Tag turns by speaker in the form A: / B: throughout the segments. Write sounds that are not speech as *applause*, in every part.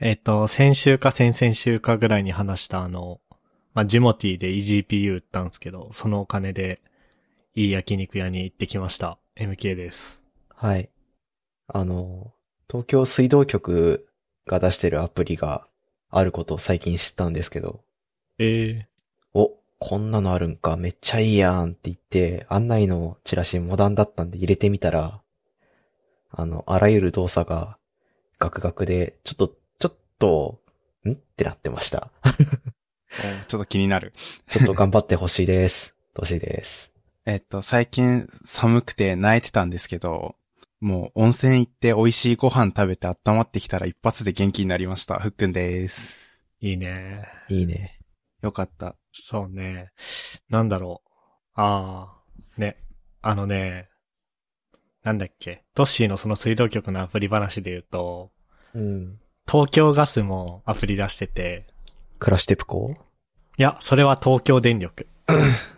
A: えっと、先週か先々週かぐらいに話したあの、まあ、ジモティーで eGPU 売ったんですけど、そのお金でいい焼肉屋に行ってきました。MK です。
B: はい。あの、東京水道局が出してるアプリがあることを最近知ったんですけど、
A: え
B: お、こんなのあるんか、めっちゃいいやんって言って、案内のチラシモダンだったんで入れてみたら、あの、あらゆる動作がガクガクで、ちょっと、ちょっと、んってなってま *laughs* した。
C: ちょっと気になる。
B: ちょっと頑張ってほしいです。ほしいです。
C: えっと、最近寒くて泣いてたんですけど、もう温泉行って美味しいご飯食べて温まってきたら一発で元気になりました。ふっくんです。
A: えいいね。
B: いいね。
C: よかった。 *laughs*
A: そうね。なんだろう。ああ、ね。あのね、なんだっけ。トッシーのその水道局のアプリ話で言うと、
B: うん。
A: 東京ガスもアプリ出してて、
B: 暮らしてプコ
A: いや、それは東京電力。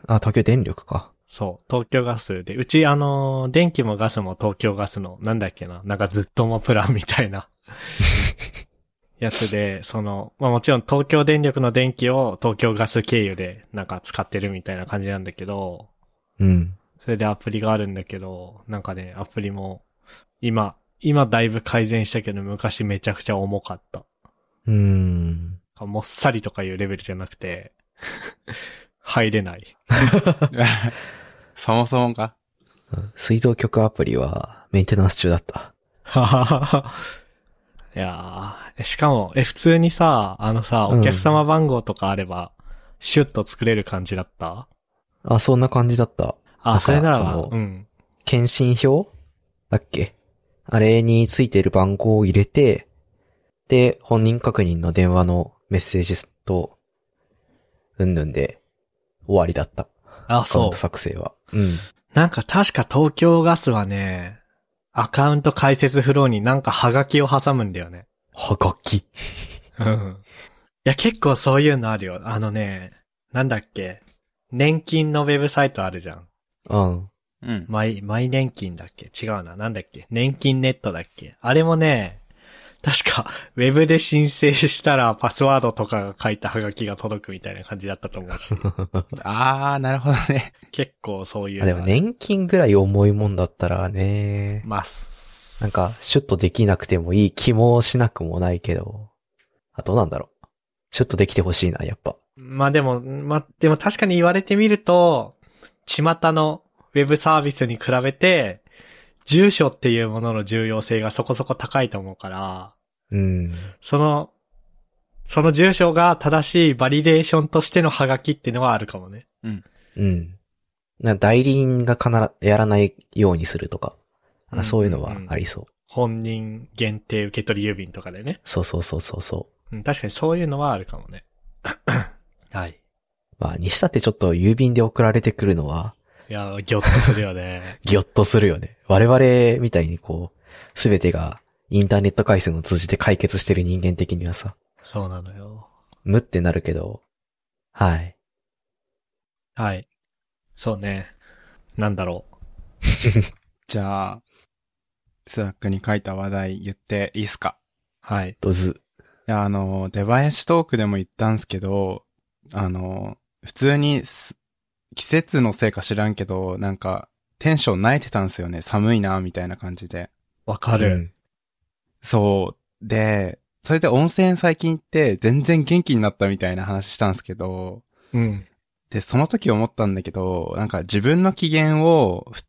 B: あ、東京電力か。
A: そう、東京ガスで、うちあのー、電気もガスも東京ガスの、なんだっけな、なんかずっともプランみたいな、やつで、その、まあもちろん東京電力の電気を東京ガス経由でなんか使ってるみたいな感じなんだけど、
B: うん。
A: それでアプリがあるんだけど、なんかね、アプリも、今、今だいぶ改善したけど、昔めちゃくちゃ重かった。
B: うーん。
A: もっさりとかいうレベルじゃなくて、入れない。
C: そもそもが。
B: 水道局アプリはメンテナンス中だった。
A: はははは。 *laughs* いやー、しかも、え、普通にさ、あのさ、
B: うん
A: お客様番号とかあれば、シュッと作れる感じだった
B: あ、そんな感じだった。
A: あ、
B: だ
A: そ
B: か
A: れ
B: ら
A: なら
B: そ
A: ば、
B: の
A: うん。
B: 検診票だっけあれについてる番号を入れて、で、本人確認の電話のメッセージと、うんぬんで、終わりだった。
A: あ、
B: アカウント作成は。うん。
A: なんか確か東京ガスはね、アカウント解説フローになんかハガキを挟むんだよね。
B: はがき。
A: うん。いや、結構そういうのあるよ。あのね、なんだっけ、年金のウェブサイトあるじゃん。
B: うん。 *laughs*
C: うん。
A: マイ、マイ年金だっけ違うな。なんだっけ年金ネットだっけあれもね、確か、ウェブで申請したらパスワードとかが書いたハガキが届くみたいな感じだったと思う
B: *laughs*
A: し、
C: あー、なるほどね。
A: 結構そういうの
B: あで
A: が
B: も年金ぐらい重いもんだったらね、
A: まあ、す
B: なんか、、シュッとできなくてもいい気もしなくもないけど、あ、どうなんだろう。シュッとできてほしいな、やっぱ。
A: まあでも、まあ、でも確かに言われてみると、巷のウェブサービスに比べて、住所っていうものの重要性がそこそこ高いと思うから、
B: うん。
A: その、その住所が正しいバリデーションとしてのハガキっていうのはあるかもね。
B: うん。な代理人が必ずやらないようにするとか、
A: うん
B: あそういうのはありそう。
A: 本人限定受け取り郵便とかでね。
B: そうそうそうそうそ
A: うん、確かにそういうのはあるかもね。はい。
B: う。まあ、にしたってちょっと郵便で送られてくるのは、。
A: いやー、ぎょっとするよね *laughs*
B: ギョッとするよね。我々みたいにこう、すべてがインターネット回線を通じて解決してる人間的にはさ、
A: そうなのよ。
B: 無ってなるけど、はい。
A: はい。そうね。なんだろう。
C: じゃあ、スラックに書いた話題言っていいっすか
A: はい。
B: ドズ。
C: いや、あの、出囃子トークでも言ったんすけど、あの、普通にす、季節のせいか知らんけど、なんか、テンション泣いてたんすよね。寒いな、みたいな感じで。
A: わかる。
C: そう。で、それで温泉最近行って、全然元気になったみたいな話したんすけど、
A: うん。
C: で、その時思ったんだけど、なんか自分の機嫌をふ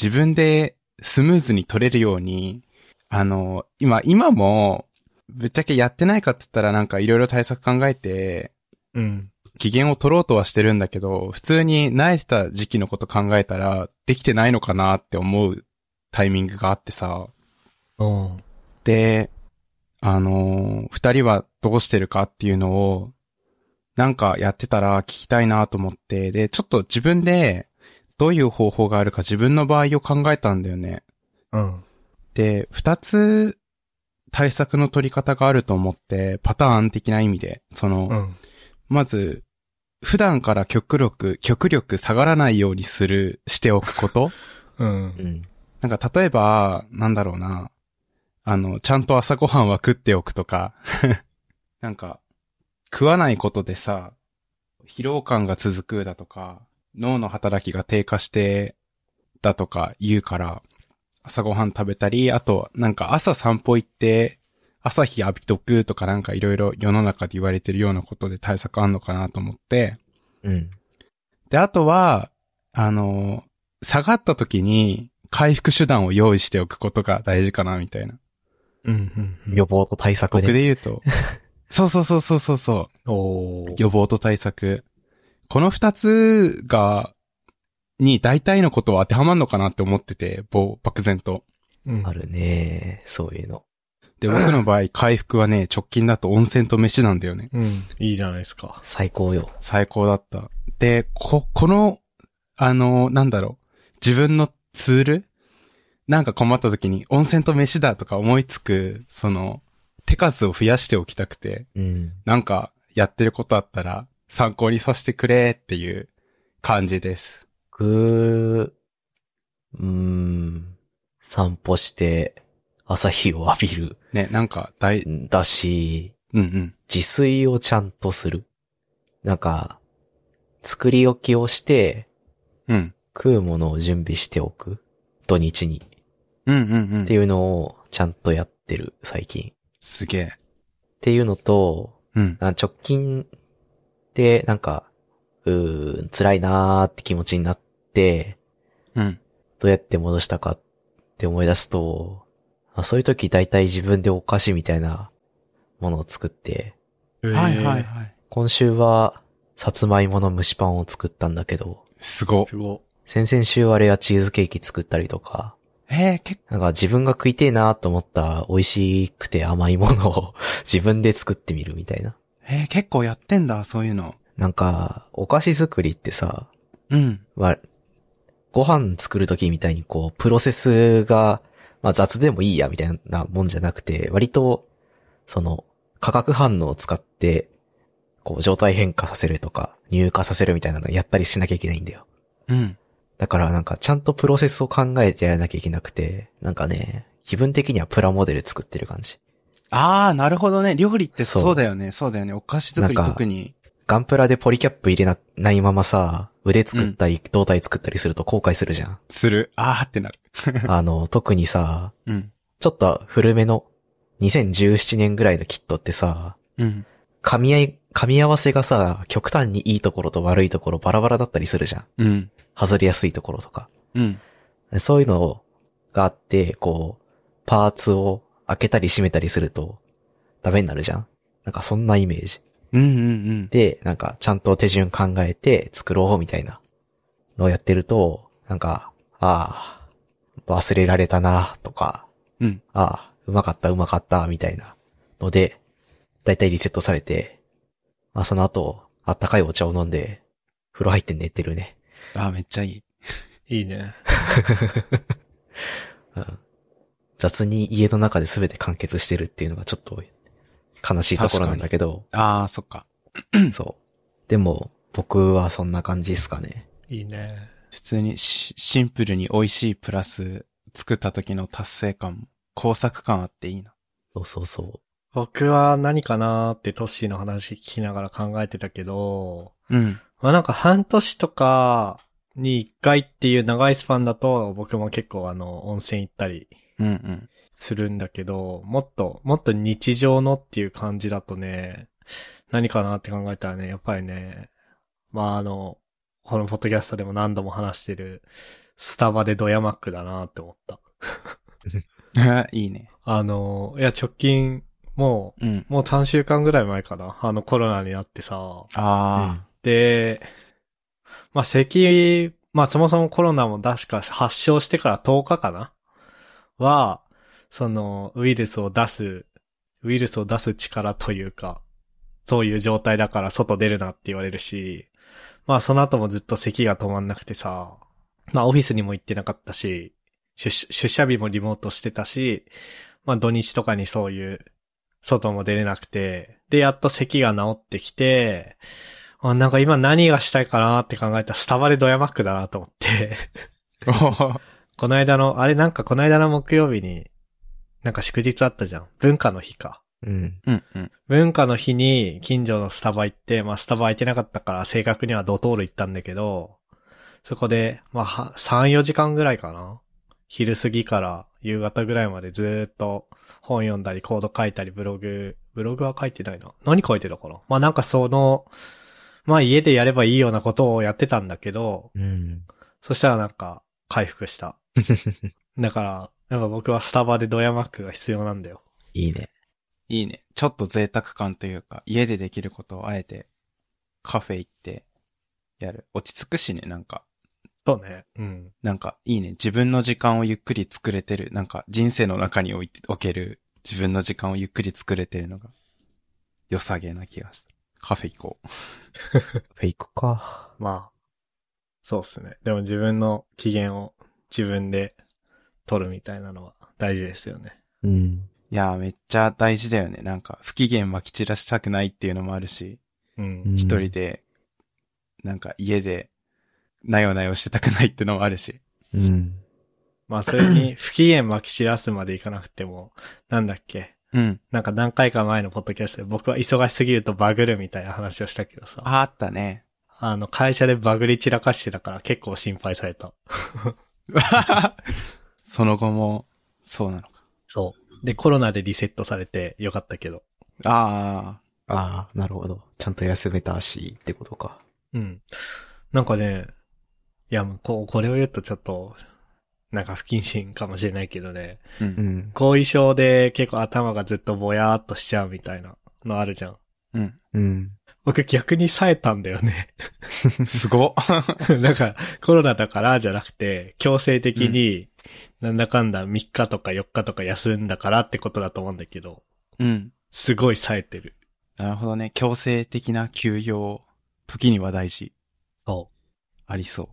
C: 自分でスムーズに取れるように、あの、今、今も、ぶっちゃけやってないかって言ったらなんかいろいろ対策考えて、
A: うん。
C: 機嫌を取ろうとはしてるんだけど、普通に慣れてた時期のこと考えたら、できてないのかなって思うタイミングがあってさ。
A: うん。
C: で、あのー二人はどうしてるかっていうのを、なんかやってたら聞きたいなと思って、で、ちょっと自分でどういう方法があるか自分の場合を考えたんだよね。
A: うん。
C: で、二つ対策の取り方があると思って、パターン的な意味で、その、
A: うん。
C: まず、普段から極力、極力下がらないようにする、しておくこと
A: う。
B: うんん。
C: なんか例えば、なんだろうな。あの、ちゃんと朝ごはんは食っておくとか、 *laughs* なんか、食わないことでさ、疲労感が続くだとか、脳の働きが低下して、だとか言うから、朝ごはん食べたり、あと、なんか朝散歩行って、朝日浴びとくとかなんかいろいろ世の中で言われてるようなことで対策あんのかなと思って、
B: うん。
C: で、あとは、あの、下がった時に回復手段を用意しておくことが大事かな、みたいな。
A: うん、うん。
B: 予防と対策
C: 僕で
B: で。
C: 言うと、そうそうそうそうそうそう。
A: おー
C: 予防と対策。この二つが、に大体のことは当てはまるのかなって思ってて、ぼう、漠然と。
A: うん
B: あるねそういうの。
C: で、僕の場合、回復はね、直近だと温泉と飯なんだよね。
A: うん。いいじゃないですか。
B: 最高よ。
C: 最高だった。で、こ、この、あの、なんだろう、自分のツールなんか困った時に、温泉と飯だとか思いつく、その、手数を増やしておきたくて、
B: うん。
C: なんか、やってることあったら、参考にさせてくれっていう感じです。
B: 僕、うーん、散歩して朝日を浴びる
C: ね、なんか、大、うん
B: んだし、
C: うん。
B: 自炊をちゃんとする。なんか、作り置きをして
C: うん。
B: 食うものを準備しておく。土日に。
C: うんうんうん。
B: っていうのをちゃんとやってる、最近。
C: すげえ。
B: っていうのと、
C: うん。
B: な直近で、なんか、うーん、辛いなーって気持ちになって、
C: うん。
B: どうやって戻したかって思い出すと、まあそういう時大体自分でお菓子みたいなものを作って、
C: はいはい
A: え
C: はい。
B: 今週は、さつまいもの蒸しパンを作ったんだけど、
C: す
A: ー
C: ご。
A: すご
B: 先々週はレアチーズケーキ作ったりとか、
C: えー、結
B: なんか自分が食いてえなーと思った美味しくて甘いものを *laughs* 自分で作ってみるみたいな。
C: えー結構やってんだ、そういうの。
B: なんか、お菓子作りってさ、
C: うん。
B: は、ご飯作るときみたいにこう、プロセスが、まあ雑でもいいやみたいなもんじゃなくて、割と、その、化学反応を使って、こう、状態変化させるとか、乳化させるみたいなのやったりしなきゃいけないんだよ。
C: うん。
B: だからなんか、ちゃんとプロセスを考えてやらなきゃいけなくて、なんかね、気分的にはプラモデル作ってる感じ。
C: あー、なるほどね。料理って
B: そう
C: そうだよね。そうだよね。お菓子作り
B: なんか
C: 特に。
B: ガンプラでポリキャップ入れな、ないままさ、腕作ったり、胴体作ったりすると後悔するじゃん。
C: する。あーってなる。
B: あの、特にさ、
C: うん。
B: ちょっと古めの2017年ぐらいのキットってさ、
C: うん。
B: 噛み合い、噛み合わせがさ、極端にいいところと悪いところバラバラだったりするじゃん。
C: うん。
B: 外れやすいところとか。
C: うん。
B: そういうのがあって、こう、パーツを開けたり閉めたりするとダメになるじゃん。なんかそんなイメージ。
C: うんうんうん。
B: で、なんかちゃんと手順考えて作ろうみたいなのをやってると、なんか、ああ、忘れられたなとか、
C: うん。
B: ああ、うまかった、うまかった、みたいなので、だいたいリセットされて、まあその後、あったかいお茶を飲んで、風呂入って寝てるね。
C: あー、めっちゃいい。
A: い。いいね。
B: うん、雑に家の中で全て完結してるっていうのがちょっと悲しいところなんだけど、
C: あー、そっか。
B: そう。でも、僕はそんな感じですかね。
A: いいね。
C: 普通にシシンプルに美味しいプラス、作った時の達成感も、工作感あっていいな。
B: そうそうそ
A: 僕は何かなーってトッシーの話聞きながら考えてたけど、
C: うん。
A: まあなんか半年とかに一回っていう長いスパンだと僕も結構あの温泉行ったり
C: うんうん。 *laughs*
A: するんだけど、もっと、もっと日常のっていう感じだとね、何かなって考えたらね、やっぱりね、まああの、このポッドキャストでも何度も話してるスタバでドヤマックだなって思った。
C: いいね。
A: あの、いや直近、も
C: うん
A: う、。もう3週間ぐらい前かな。あのコロナになってさ、
C: あ
A: で、まあ、咳、まあ、そもそもコロナも確か発症してから10日かなは、その、ウイルスを出す、ウイルスを出す力というか、そういう状態だから外出るなって言われるし、まあ、その後もずっと咳が止まんなくてさ、まあ、オフィスにも行ってなかったし、出社出社日もリモートしてたし、まあ、土日とかにそういう、外も出れなくて、で、やっと咳が治ってきて、あなんか今何がしたいかなって考えたらスタバでドヤマックだなと思って、 *laughs*
C: あ。おー
A: この間の、あれなんかこの間の木曜日に、なんか祝日あったじゃん。文化の日か。
B: うん。
C: *laughs* うん、うん。
A: 文化の日に近所のスタバ行って、まあスタバ空いてなかったから正確にはドトール行ったんだけど、そこで、まあは3、4時間ぐらいかな。昼過ぎから夕方ぐらいまでずーっと本読んだりコード書いたりブログ、ブログは書いてないな。何書いてたかなまあなんかその、まあ家でやればいいようなことをやってたんだけど、
B: うん。
A: そしたらなんか回復した。だから、やっぱ僕はスタバでドヤマックが必要なんだよ。
B: いいね。
C: いいね。ちょっと贅沢感というか、家でできることをあえて、カフェ行って、やる。落ち着くしね、なんか。
A: そうね。うん。
C: なんか、いいね。自分の時間をゆっくり作れてる。なんか、人生の中において、おける、自分の時間をゆっくり作れてるのが、良さげな気がする。カフェ行こう。
B: フェイクか。
A: まあ、そうっすね。でも自分の機嫌を自分で取るみたいなのは大事ですよね。
B: うん。
C: いやー、めっちゃ大事だよね。なんか、不機嫌まき散らしたくないっていうのもあるし、
A: うん。
C: 一人で、なんか、家で、なよなよしてたくないってのもあるし。
B: うん。
A: まあそれに不機嫌まき散らすまでいかなくても、なんだっけ。
C: うん。
A: なんか何回か前のポッドキャストで僕は忙しすぎるとバグるみたいな話をしたけどさ。
C: あ、あった *laughs* ね。
A: あの会社でバグり散らかしてたから結構心配された。
C: その後も、そうなのか。
A: そう。で、コロナでリセットされてよかったけど。
C: ああ、
B: ああ、なるほど。ちゃんと休めたし、ってことか。
A: うん。なんかね、いやもうここれを言うとちょっと、なんか不謹慎かもしれないけどね。
C: う。
B: うんん。
A: 後遺症で結構頭がずっとぼやーっとしちゃうみたいなのあるじゃん。
C: うん。
B: うん。
A: 僕逆に冴えたんだよね。 *laughs*
C: すごっ。
A: だからコロナだからじゃなくて、強制的になんだかんだ3日とか4日とか休んだからってことだと思うんだけど、
C: *laughs* うん。
A: すごい冴えてる。
C: なるほどね。強制的な休養、時には大事。
A: そ
C: ありそう。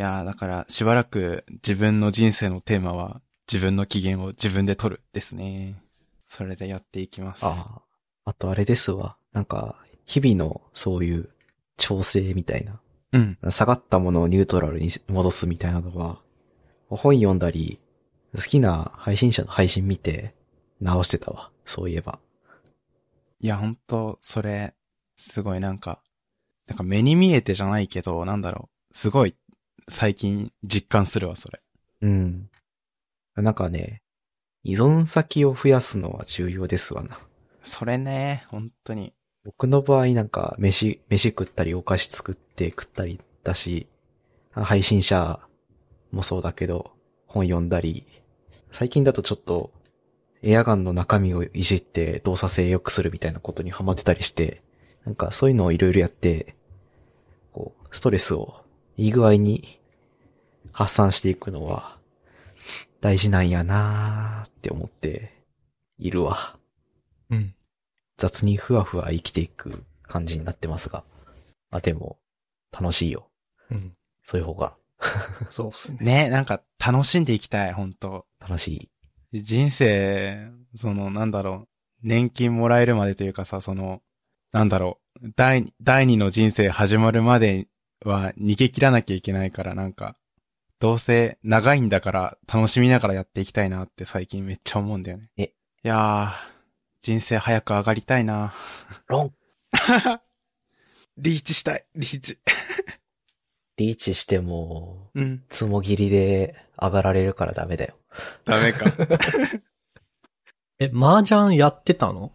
C: いやー、だから、しばらく自分の人生のテーマは、自分の機嫌を自分で取るですね。それでやっていきます。
B: ああ。あとあれですわ。なんか、日々のそういう調整みたいな。
C: うん。
B: 下がったものをニュートラルに戻すみたいなのは、本読んだり、好きな配信者の配信見て直してたわ。そういえば。
C: いや、ほんと、それ、すごいなんか、なんか目に見えてじゃないけど、なんだろう。すごい、最近実感するわ、それ。
B: うん。なんかね、依存先を増やすのは重要ですわな。
C: それね、本当に。
B: 僕の場合なんか、飯、飯食ったり、お菓子作って食ったりだし、あ配信者もそうだけど、本読んだり、最近だとちょっと、エアガンの中身をいじって動作性良くするみたいなことにハマってたりして、なんかそういうのをいろいろやって、こう、ストレスをいい具合に発散していくのは、大事なんやなーって思っているわ。
A: う。うん。
B: 雑にふわふわ生きていく感じになってますが。あ、でも、楽しいよ。
A: うん。
B: そういう方が
A: そうっすね。
C: ね、なんか楽しんでいきたい、本当
B: 楽しい。
C: 人生、その、なんだろう、年金もらえるまでというかさ、その、なんだろう、第、第二の人生始まるまでは逃げ切らなきゃいけないから、なんか、どうせ長いんだから楽しみながらやっていきたいなって最近めっちゃ思うんだよね。
B: え
C: いやー、人生早く上がりたいな
B: ロン
C: リーチしたい、リーチ。
B: リーチしても、
C: うん、
B: つもぎりで上がられるからダメだよ。
C: ダメか。
A: え、麻雀やってたの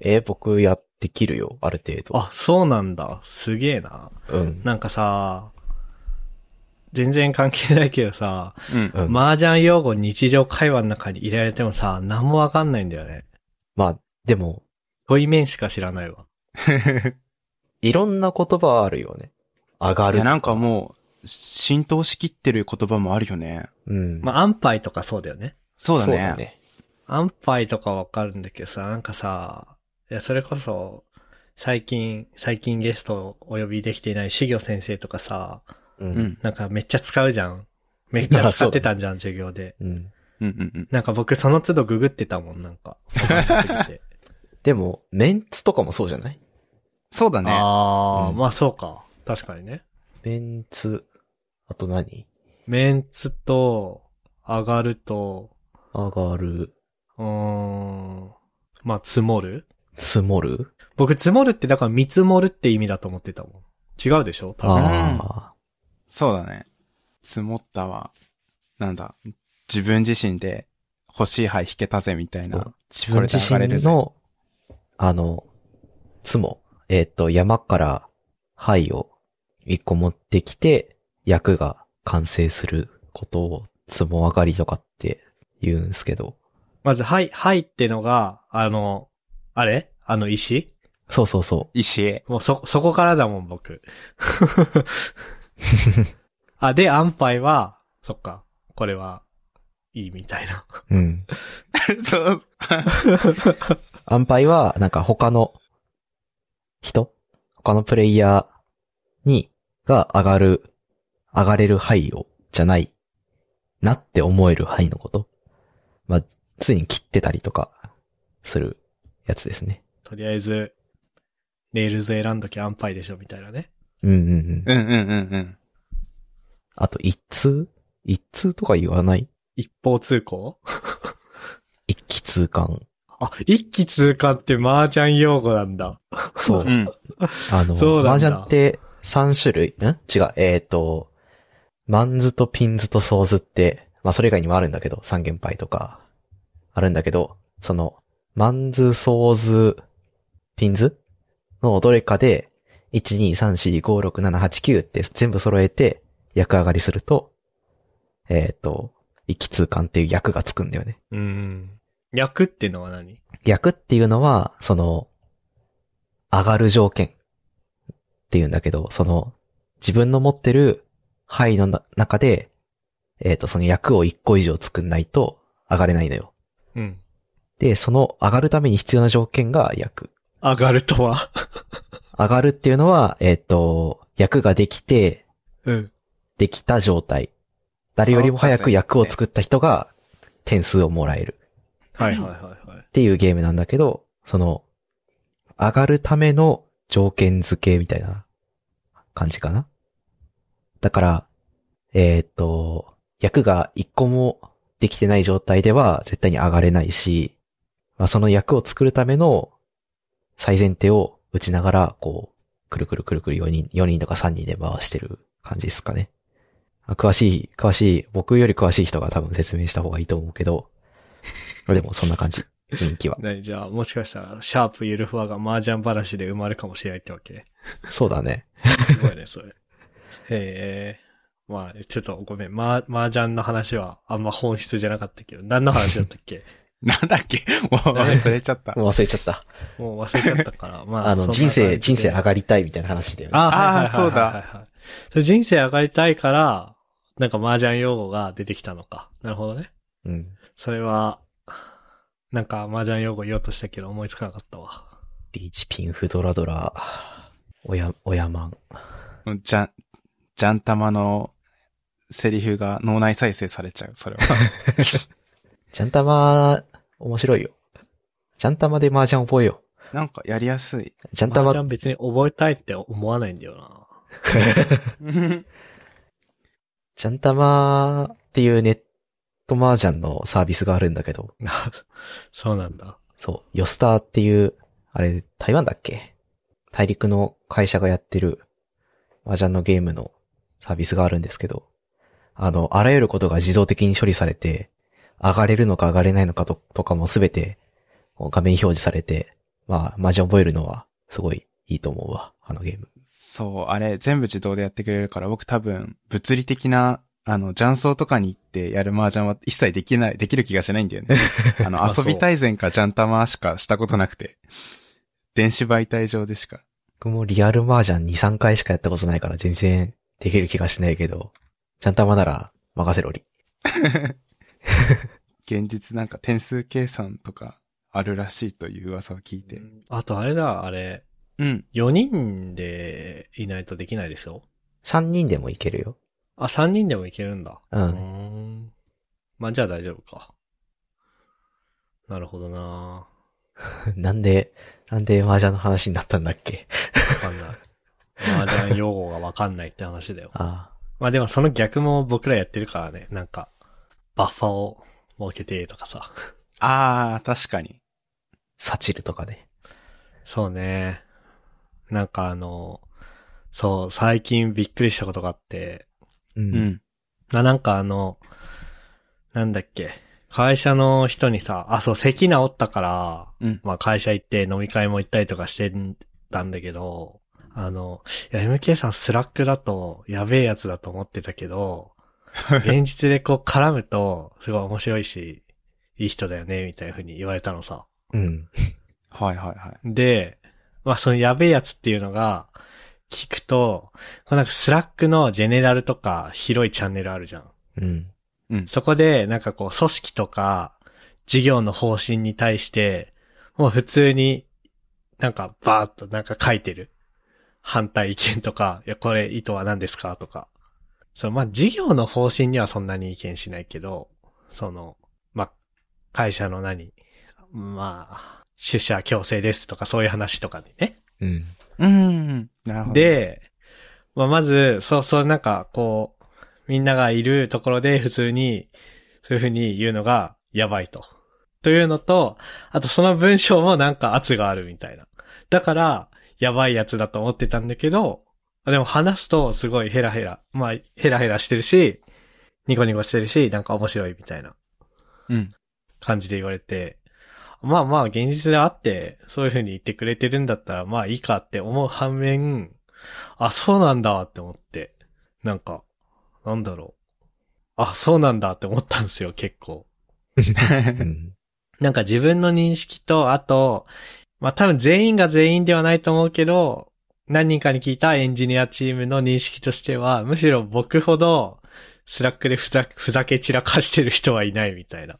B: えー僕やってきるよ、ある程度。
A: あ、そうなんだ。すげえな。
B: うん。
A: なんかさ、全然関係ないけどさ、
C: *laughs* うん。
B: うん。ま、
A: 麻雀用語日常会話の中に入れられてもさ、何もわかんないんだよね。
B: あ、でも、
A: 問面しか知らないわ。
B: いろんな言葉あるよね。上が
C: い
B: る。
C: や、なんかもう、浸透しきってる言葉もあるよね。
B: うん。
A: まあ、安牌とかそうだよね。
C: そうだね。
A: 安牌とかわかるんだけどさ、なんかさ、いや、それこそ、最近、最近ゲストをお呼びできていない修行先生とかさ、
B: う。
C: うんん。
A: なんかめっちゃ使うじゃん。めっちゃ使ってたん
B: *laughs*
A: じゃん、授業で。
B: うん。
C: うんうんうん。
A: なんか僕その都度ググってたもん、なんか。わかんなすぎ
B: *laughs*
A: て
B: でも、メンツとかもそうじゃない
C: そうだね。
A: ああ、
B: うん
A: まあそうか。確かにね。
B: メンツ、あと何
A: メンツと、上がると、
B: 上がる。
A: うーん。まあ、積もる
B: 積もる
A: 僕、積もるってだから見積もるって意味だと思ってたもん。違うでしょ多分。
B: ああ、
C: そうだね。積もったわ。なんだ。自分自身で欲しい灰引けたぜみたいな。
B: 自分自身の、あの、つも、えっ、と、山から灰を一個持ってきて、役が完成することを、つも上がりとかって言うんすけど。
A: まず、はい、はいってのが、あの、あれあの石
B: そうそうそ
C: 石へ。 *laughs*
A: もうそ、そこからだもん、
B: *laughs*
A: 僕。あ、で、安牌は、そっか、これは、いいみたいな。
B: う。うん。
C: そう。
B: 安牌は、なんか他の人他のプレイヤーに、が上がる、上がれる範囲を、じゃない、なって思える範囲のこと。まあ、常に切ってたりとか、するやつですね。
A: とりあえず、レールズ選んどきゃ安牌でしょ、みたいなね。
B: うんうんうん。
C: うんうんうんうん。
B: あと、一通一通とか言わない
A: 一方通行
B: 一気通貫。
A: あ、一気通過って麻雀用語なんだ。
B: そう
C: う。ん。
B: あの、
A: そうなんだ
B: 麻雀って3種類、ん違う、えっ、と、マンズとピンズとソーズって、まあそれ以外にもあるんだけど、三元牌とか、あるんだけど、その、マンズ、ソーズ、ピンズのどれかで、1,2,3,4,5,6,7,8,9って全部揃えて、役上がりすると、えっ、と、一気通貫っていう役がつくんだよね。
A: うん。役ってのは何
B: 役っていうのは、その、上がる条件っていうんだけど、その、自分の持ってる範囲のな中で、えっ、と、その役を1個以上作んないと上がれないのよ。
A: うん。
B: で、その上がるために必要な条件が役。
A: 上がると *laughs* は
B: 上がるっていうのは、えっ、と、役ができて、
A: うん。
B: できた状態。誰よりも早く役を作った人が点数をもらえる。
A: はいはいはいはい
B: っ。ていうゲームなんだけど、その、上がるための条件付けみたいな感じかな。だから、えーっ、と、役が一個もできてない状態では絶対に上がれないし、まあ、その役を作るための最前提を打ちながら、こう、くるくるくるくる4人、4人とか3人で回してる感じですかね。あ詳しい、詳しい、僕より詳しい人が多分説明した方がいいと思うけど、 *laughs* でもそんな感じ、雰囲気は。 *laughs*
A: 何じゃあ、もしかしたら、シャープゆるふわが麻雀話で埋まるかもしれないってわけ
B: そうだね。
A: すごいね、それ。へえ。まあ、ちょっとごめん。ま、麻雀の話はあんま本質じゃなかったけど、何の話だったっ *laughs* け
C: なんだっけもう忘れちゃった。
B: もう忘れちゃった。
A: もう忘れちゃったから、まあ。
B: あの、
A: そん
B: 人
A: な感じ
B: 生、
A: で
B: 人生上がりたいみたいな話だよね。
A: ああ、
C: あー
A: そうだ。それ人生上がりたいから、なんか麻雀用語が出てきたのか。なるほどね。
B: うん。
A: それは、なんか麻雀用語言おうとしたけど思いつかなかったわ。
B: リーチピンフドラドラ、おや、おやまん。
C: じゃん、じゃんたまのセリフが脳内再生されちゃう、
B: *laughs*
C: それは。
B: ジャンタマ、面白いよ。ジャンタマで麻雀覚えよう。
C: なんかやりやすい。
B: ジャンタ
A: 麻
B: マ、
A: 雀別に覚えたいって思わないんだよな。
B: *laughs* ジャンタマっていうネット麻雀のサービスがあるんだけど、
A: *laughs* そうなんだ。
B: そう、ヨスターっていう、あれ、台湾だっけ大陸の会社がやってる、麻雀のゲームのサービスがあるんですけど、あの、あらゆることが自動的に処理されて、上がれるのか上がれないのかととかもすべて、こう画面表示されて、まあ、麻雀覚えるのは、すごいいいと思うわ、あのゲーム。
C: そう、あれ、全部自動でやってくれるから、僕多分、物理的な、あの、雀荘とかに行ってやる麻雀は一切できない、できる気がしないんだよ *laughs* ね。あの、
A: あそ
C: 遊
A: う
C: び大全か雀玉しかしたことなくて。電子媒体上でしか。
B: 僕もリアル麻雀2、3回しかやったことないから全然できる気がしないけど、ジャンタマなら任せろり。
C: 現実なんか点数計算とかあるらしいという噂を聞いて。
A: あとあれだ、あれ。
C: うん。
A: 4人でいないとできないでしょ
B: 3人でもいけるよ。
A: あ、3人でもいけるんだ。
B: うん
A: うーん。まあ、じゃあ大丈夫か。なるほどな
B: *laughs* なんで、なんで麻雀の話になったんだっけ
A: わか
B: *laughs*
A: んない。麻雀用語がわかんないって話だよ。
B: あ
A: まあでもその逆も僕らやってるからね。なんか、バッファを設けてとかさ。
C: ああ、確かに。
B: サチルとかで。
A: そうね。なんかあの、そう、最近びっくりしたことがあって、
B: う。
C: うんん。
A: ななんかあの、なんだっけ、会社の人にさ、あ、そう、咳治ったから、
C: うん
A: まあ会社行って飲み会も行ったりとかしてたんだけど、あの、いや、MK さんスラックだと、やべえやつだと思ってたけ
C: *laughs*
A: ど、現実でこう絡むと、すごい面白いし、いい人だよね、みたいな風に言われたのさ。
B: うん。
C: はいはいはい。
A: で、まあそのやべえやつっていうのが、聞くと、こうなんかスラックのジェネラルとか広いチャンネルあるじゃん。
B: うん。
A: そこで、なんかこう、組織とか、事業の方針に対して、もう普通に、なんかバーっとなんか書いてる。反対意見とか、いや、これ意図は何ですかとか。そう、まあ、事業の方針にはそんなに意見しないけど、その、まあ、会社の何まあ、出社強制ですとかそういう話とかでね。
B: うん。
C: うん。なるほど。、
A: で、まあ、まず、そう、そう、なんか、こう、みんながいるところで普通に、そういうふうに言うのがやばいと。というのと、あとその文章もなんか圧があるみたいな。だから、やばいやつだと思ってたんだけど、でも話すとすごいヘラヘラ。まあ、ヘラヘラしてるし、ニコニコしてるし、なんか面白いみたいな。
C: うん。
A: 感じで言われて、まあまあ現実であって、そういう風に言ってくれてるんだったらまあいいかって思う反面、あ、そうなんだって思って、なんか、なんだろう。あ、そうなんだって思ったんですよ、結構。
B: うん。
A: なんか自分の認識と、あと、まあ多分全員が全員ではないと思うけど、何人かに聞いたエンジニアチームの認識としては、むしろ僕ほど、スラックでふざ、ふざけ散らかしてる人はいないみたいな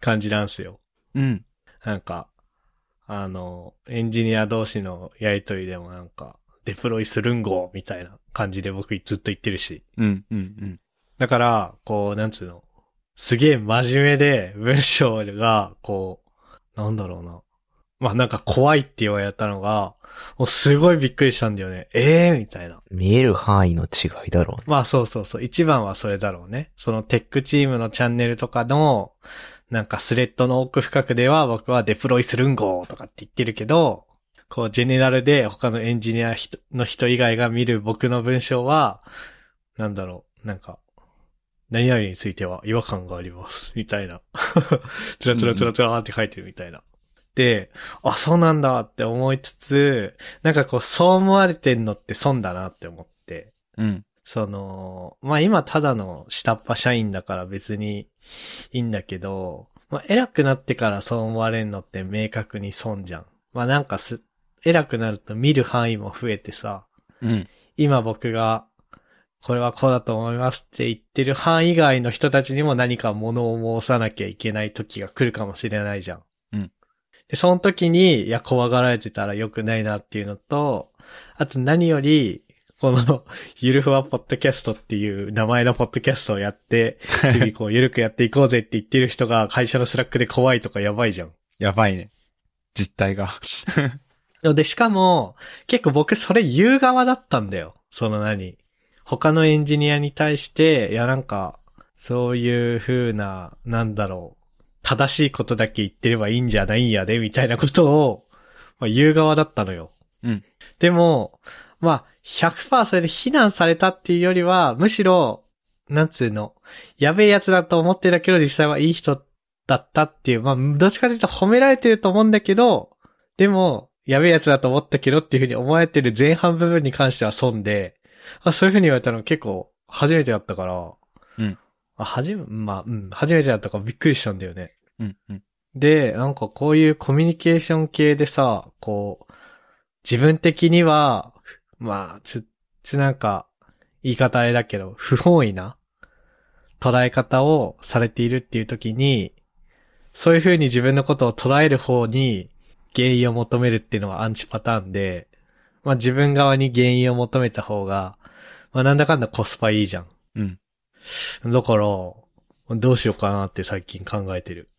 A: 感じなんですよ。
C: *laughs* うん。
A: なんか、あの、エンジニア同士のやりとりでもなんか、デプロイするんごみたいな感じで僕ずっと言ってるし。
C: うん。うん。うん。
A: だから、こう、なんつうの、すげえ真面目で文章が、こう、なんだろうな。まあなんか怖いって言われたのが、もうすごいびっくりしたんだよね。ええー、みたいな。
B: 見える範囲の違いだろうね。
A: まあそうそうそう。一番はそれだろうね。そのテックチームのチャンネルとかの、なんかスレッドの奥深くでは僕はデプロイするんごーとかって言ってるけど、こうジェネラルで他のエンジニア人の人以外が見る僕の文章は、なんだろう、なんか、何々については違和感があります。みたいな。 *laughs* つらつらつらつらーって書いてるみたいな。で、あ、そうなんだって思いつつ、なんかこう、そう思われてんのって損だなって思って。
C: うん。
A: その、まあ、今ただの下っ端社員だから別にいいんだけど、まあ、偉くなってからそう思われるのって明確に損じゃん。まあ、なんかす、偉くなると見る範囲も増えてさ、
C: うん。
A: 今僕が、これはこうだと思いますって言ってる範囲以外の人たちにも何か物を申さなきゃいけない時が来るかもしれないじゃん。
C: うん。
A: で、その時に、いや、怖がられてたら良くないなっていうのと、あと何より、この、 *laughs* ゆるふわポッドキャストっていう名前のポッドキャストをや
C: *laughs*
A: って、日々こう、ゆるくやっていこうぜって言ってる人が会社のスラックで怖いとかやばいじゃん。
C: やばいね。実態が。
A: で、しかも、結構僕それ言う側だったんだよ。その何他のエンジニアに対して、いやなんか、そういう風な、なんだろう、正しいことだけ言ってればいいんじゃないんやで、みたいなことを、まあ、言う側だったのよ。
C: うん。
A: でも、まあ、100%それで非難されたっていうよりは、むしろ、なんつうの、やべえやつだと思ってたけど、実際はいい人だったっていう、まあ、どっちかというと褒められてると思うんだけど、でも、やべえやつだと思ったけどっていうふうに思われてる前半部分に関しては損で、あそういうふうに言われたの結構初めてだったから、
C: うん。
A: あ、初め、まあ、うん、初めてだったからびっくりしたんだよね。
C: うん。うん。
A: で、なんかこういうコミュニケーション系でさ、こう、自分的には、まあ、ちょ、ちょなんか、言い方あれだけど、不本意な捉え方をされているっていう時に、そういう風に自分のことを捉える方に原因を求めるっていうのはアンチパターンで、まあ自分側に原因を求めた方が、まあなんだかんだコスパいいじゃん。
C: うん。
A: だから、どうしようかなって最近考えてる。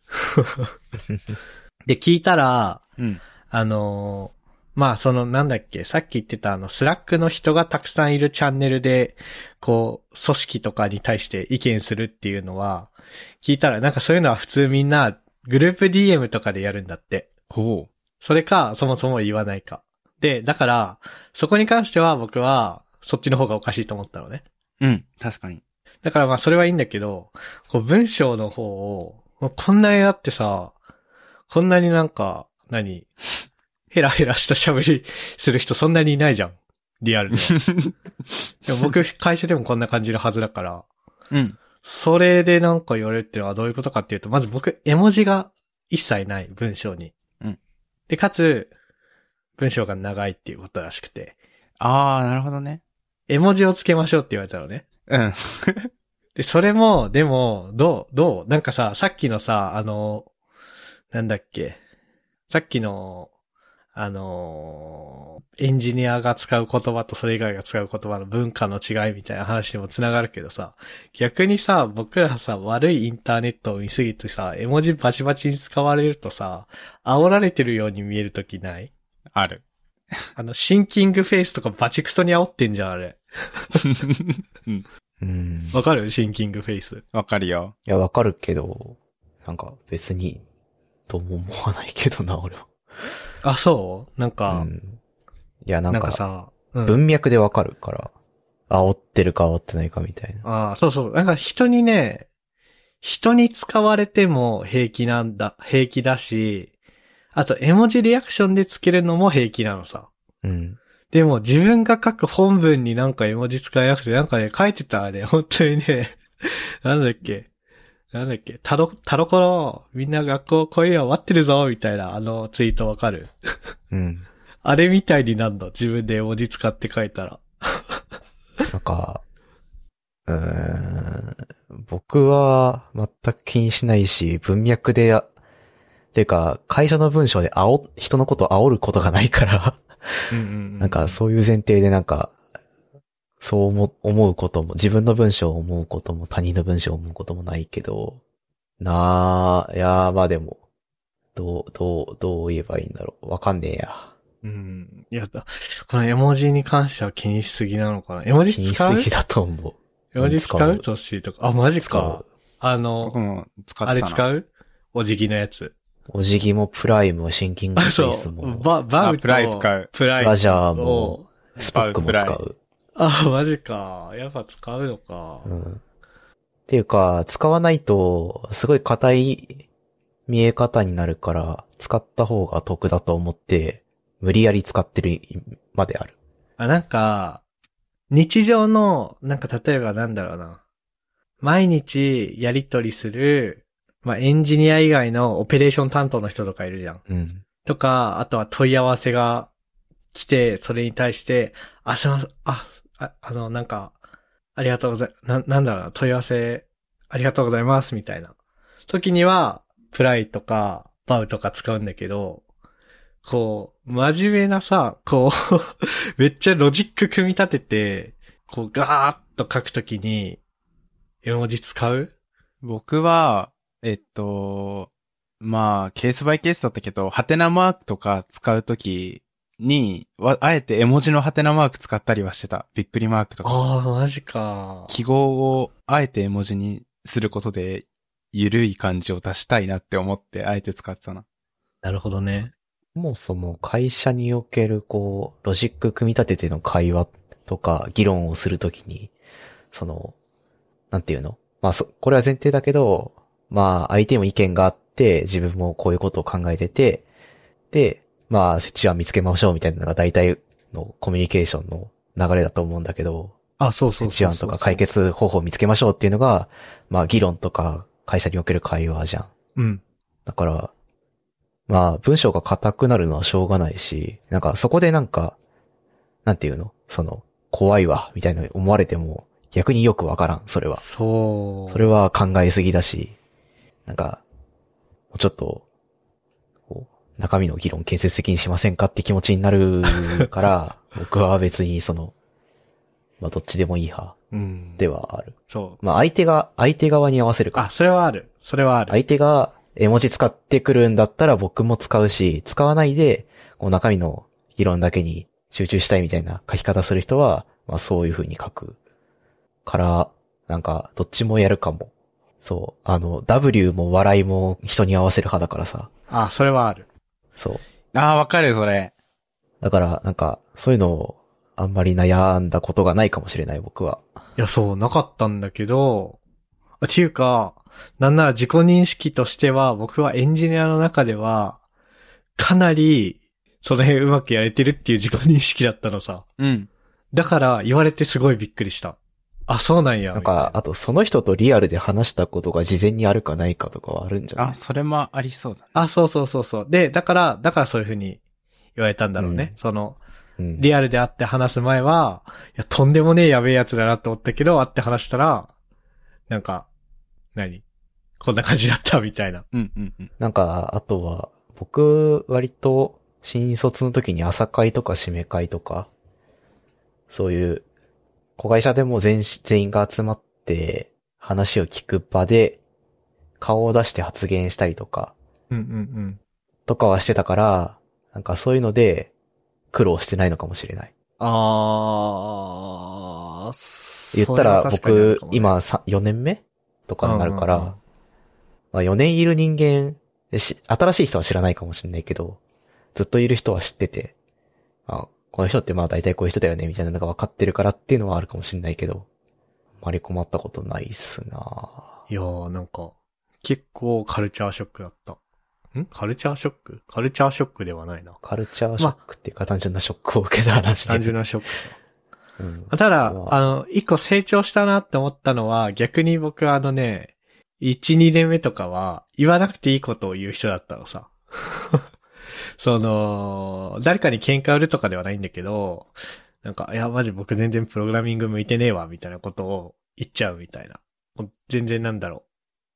A: で、聞いたら、
C: うん。
A: あのーまあ、その、なんだっけ、さっき言ってたあの、スラックの人がたくさんいるチャンネルで、こう、組織とかに対して意見するっていうのは、聞いたら、なんかそういうのは普通みんなグループ DM とかでやるんだって。
C: ほ
A: それか、そもそも言わないか。で、だから、そこに関しては僕は、そっちの方がおかしいと思ったのね。
C: う。うん。確かに。
A: だからまあそれはいいんだけど、こう文章の方を、もうこんなにだってさ、こんなになんか、何ヘラヘラした喋りする人そんなにいないじゃん。リアルには。
C: *laughs*
A: でも僕、会社でもこんな感じのはずだから、
C: うん。
A: それでなんか言われるっていうのはどういうことかっていうと、まず僕、絵文字が一切ない、文章に。
C: うん
A: で、かつ、文章が長いっていうことらしくて、
C: ああ、なるほどね。
A: 絵文字をつけましょうって言われたのね。
C: うん。
A: で、それも、でも、どう、どうなんかさ、さっきのさ、あの、なんだっけ。さっきの、あの、エンジニアが使う言葉とそれ以外が使う言葉の文化の違いみたいな話にもつながるけどさ、逆にさ、僕らさ、悪いインターネットを見すぎてさ、絵文字バチバチに使われるとさ、煽られてるように見えるときない
C: ある。
A: あの、シンキングフェイスとかバチクソに煽ってんじゃん、あれ。
B: うん。
A: わかるシンキングフェイス。
C: わかるよ。
B: いや、わかるけど、なんか別に、とも思わないけどな、俺は。
A: あ、そうなんか、
B: うん。いや、な
A: なんんか
B: か、
A: さ、うん
B: 文脈でわかるから、煽ってるか煽ってないかみたいな。
A: ああ、そうそう。なんか人にね、人に使われても平気なんだ、平気だし、あと絵文字リアクションでつけるのも平気なのさ。
B: うん。
A: でも自分が書く本文になんか絵文字使えなくて、なんかね、書いてたらね、本当にね、 *laughs* なんだっけ、なんだっけ、タロ、タロコロ、みんな学校来いよ、待ってるぞ、みたいな、あのツイートわかる
B: うん。
A: あれみたいになんの、自分で絵文字使って書いたら。
B: なんか、うーん、僕は全く気にしないし、文脈で、あてか、会社の文章で煽、人のことを煽ることがないから、
A: うんうんうん
B: なんかそういう前提でなんか、そう思思うことも、自分の文章を思うことも、他人の文章を思うこともないけど、なあ、いやーまあでも、どう、どう、どう言えばいいんだろう。わかんねえや。
A: うん。いや、だこの絵文字に関しては気にしすぎなのかな。絵文字
B: 気にし
A: 使
B: す
A: う
B: ぎだと思う。
A: 絵文字使
B: 使
A: う
B: う
A: トッシーとか。あ、マジ
B: 使
A: か
B: う。
A: あ
C: 僕
A: の、
C: も使っ
A: あ
C: て
A: れ
C: たな。
A: 使うお辞儀のやつ。
B: お辞儀もプライムもシンキング
A: あ、
B: フェ
A: そ
B: イス
A: う。
B: も、
A: バ、バウ
C: あ
A: と
C: プライ使う
A: プライ
B: ラジャー
A: を
B: も、スパックも
C: バウ
B: 使
C: プラ
B: う。
A: あ、マジか。やっぱ使うのか。
B: うん。っていうか、使わないと、すごい硬い見え方になるから、使った方が得だと思って、無理やり使ってるまである。
A: あ、なんか、日常の、なんか例えばなんだろうな。毎日やりとりする、まあ、エンジニア以外のオペレーション担当の人とかいるじゃん。
B: うん。
A: とか、あとは問い合わせが来て、それに対して、あ、すいません、あ、ああの、なんか、ありがとうござい、な、なんだろうな、問い合わせ、ありがとうございます、みたいな。時には、プライとか、バウとか使うんだけど、こう、真面目なさ、こう、 *laughs* めっちゃロジック組み立てて、こう、ガーッと書くときに、絵文字使う
C: 僕は、えっと、まあ、ケースバイケースだったけど、ハテナマークとか使うときに、わあえて絵文字のハテナマーク使ったりはしてた。びっくりマークとか。
A: ああ、マジか。
C: 記号をあえて絵文字にすることで、ゆるい感じを出したいなって思って、あえて使ってたな。
A: なるほどね。
B: そもそも会社における、こう、ロジック組み立てての会話とか、議論をするときに、その、なんていうのまあ、そ、これは前提だけど、まあ、相手も意見があって、自分もこういうことを考えてて、で、まあ、設置は見つけましょうみたいなのが大体のコミュニケーションの流れだと思うんだけど、
A: あ、そうそうそう
B: 設置案とか解。決方法を見つけましょうっていうのが、まあ、議論とか会社における会話じゃん。
A: うん。
B: だから、まあ、文章が硬くなるのはしょうがないし、なんかそこでなんか、なんていうのその、怖いわ、みたいな思われても、逆によくわからん、それは。
A: そう。
B: それは考えすぎだし、なんか、もうちょっと、こう中身の議論建設的にしませんかって気持ちになるから、僕は別にその、まあどっちでもいい派
A: うん。
B: ではある。
A: そう。
B: まあ相手が、相手側に合わせるから
A: あ、。それはある。それはある。
B: 相手が絵文字使ってくるんだったら僕も使うし、使わないで、こう中身の議論だけに集中したいみたいな書き方する人は、まあそういう風に書く。から、なんか、どっちもやるかも。そう。あの、W も笑いも人に合わせる派だからさ。
A: あ、それはある。
B: そう。
C: あー、わかる、それ。
B: だから、なんか、そういうのを、あんまり悩んだことがないかもしれない、僕は。
A: いや、そう、なかったんだけど、あっていうか、なんなら自己認識としては、僕はエンジニアの中では、かなり、その辺うまくやれてるっていう自己認識だったのさ。
C: うん。
A: だから、言われてすごいびっくりした。あ、そうなんや。
B: なん
A: みた
B: か
A: い、な
B: あと、その人とリアルで話したことが事前にあるかないかとかはあるんじゃない
C: あ、それもありそうだ。
A: あ、そうそうそうそう。で、だから、だからそういうふうに言われたんだろうね。
B: うん
A: その、
B: うん。
A: リアルで会って話す前は、いや、とんでもねえやべえやつだなって思ったけど、会って話したら、なんか、何こんな感じだったみたいな。
C: うん、うん、うん。
B: なんか、あとは、僕、割と、新卒の時に朝会とか締め会とか、そういう、子会社でも全し全員が集まって、話を聞く場で、顔を出して発言したりとか、
A: うんうんうん。
B: とかはしてたから、なんかそういうので、苦労してないのかもしれない。
A: あー、
B: 言った
A: それは
B: ら、
A: 確
B: 僕
A: か、にあるかもね、
B: 今さ、4年目とかになるから、
A: うんうんうん
B: まあ、4年いる人間し、新しい人は知らないかもしれないけど、ずっといる人は知ってて、あ、この人ってまあ大体こういう人だよね、みたいなのが分かってるからっていうのはあるかもしれないけど、あまり困ったことないっすない
A: やー、なんか、結構カルチャーショックだった。んカルチャーショックカルチャーショックではないな。
B: カルチャーショックっていうか単純なショックを受けた話で。
A: 単純なショック。
B: うん
A: ただ
B: う、わ
A: あの、一個成長したなって思ったのは、逆に僕はあのね、1、2年目とかは、言わなくていいことを言う人だったのさ。 *laughs* その、誰かに喧嘩売るとかではないんだけど、なんか、いや、マジ僕全然プログラミング向いてねえわ、みたいなことを言っちゃうみたいな。もう全然なんだろ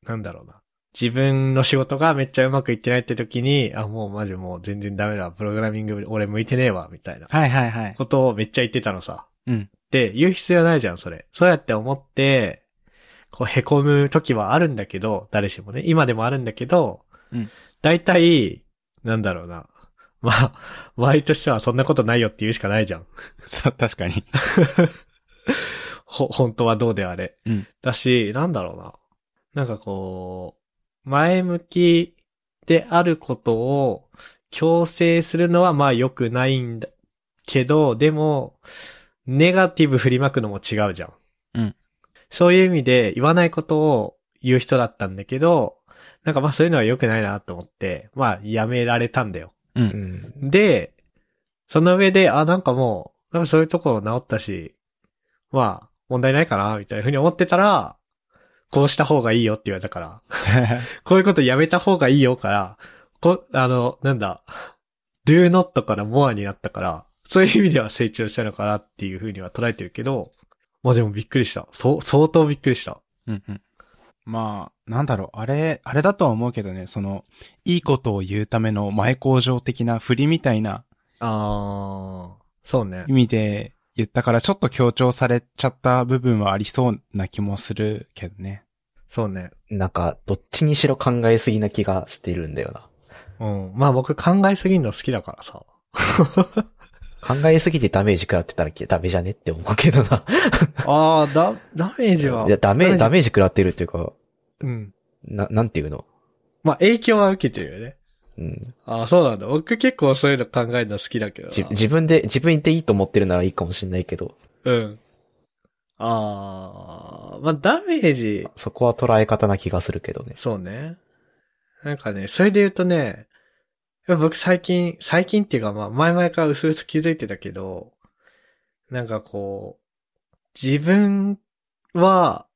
A: う。なんだろうな。自分の仕事がめっちゃうまくいってないって時に、あ、もうマジもう全然ダメだわ、プログラミング俺向いてねえわ、みたいな
C: はい、はい、はい。
A: ことをめっちゃ言ってたのさ。
C: うん。
A: で、言う必要ないじゃん、それ。そうやって思って、こう、凹む時はあるんだけど、誰しもね、今でもあるんだけど、
C: うん。
A: 大体、なんだろうな。まあ、 *laughs* 場合としてはそんなことないよって言うしかないじゃん。
C: そう、確か *laughs* に。
A: ほ、 *laughs* 本当はどうであれ。
C: うん
A: だし、なんだろうな。なんかこう、前向きであることを強制するのはまあ良くないんだけど、でも、ネガティブ振りまくのも違うじゃん。
C: うん
A: そういう意味で言わないことを言う人だったんだけど、なんかまあそういうのは良くないなと思って、まあやめられたんだよ。
C: う。
B: うんん。
A: で、その上で、あ、なんかもう、なんかそういうところ治ったし、まあ、問題ないかな、みたいな風に思ってたら、こうした方がいいよって言われたから、 *laughs* こういうことやめた方がいいよから、こ、あの、なんだ、do not から more になったから、そういう意味では成長したのかなっていう風には捉えてるけど、まあでもびっくりした。そう、相当びっくりした。
C: うんうん。まあ、なんだろう、あれ、あれだとは思うけどね、その、いいことを言うための前向上的な振りみたいな
A: あー、そうね
C: 意。味で言ったから、ちょっと強調されちゃった部分はありそうな気もするけどね。
A: そうね。
B: なんか、どっちにしろ考えすぎな気がしてるんだよな。
A: うん。まあ僕考えすぎるの好きだからさ。
B: 考えすぎてダメージ食らってたらダメじゃねって思うけどな。
A: ああ、だ、ダメージは。
B: いや、ダメ、ダ
A: メ。
B: メージ食らってるっていうか、
A: うん。
B: な、なんていうの
A: まあ、影響は受けてるよね。
B: うん。
A: ああ、そうなんだ。僕結構そういうの考えるの好きだけどな。
B: じ、自分で、自分でいいと思ってるならいいかもしれないけど、
A: うん。ああ、まあ、ダメージ、
B: そこは捉え方な気がするけどね。
A: そうね。なんかね、それで言うとね、いや僕最近、最近っていうかまあ、前々から薄々気づいてたけど、なんかこう、自分は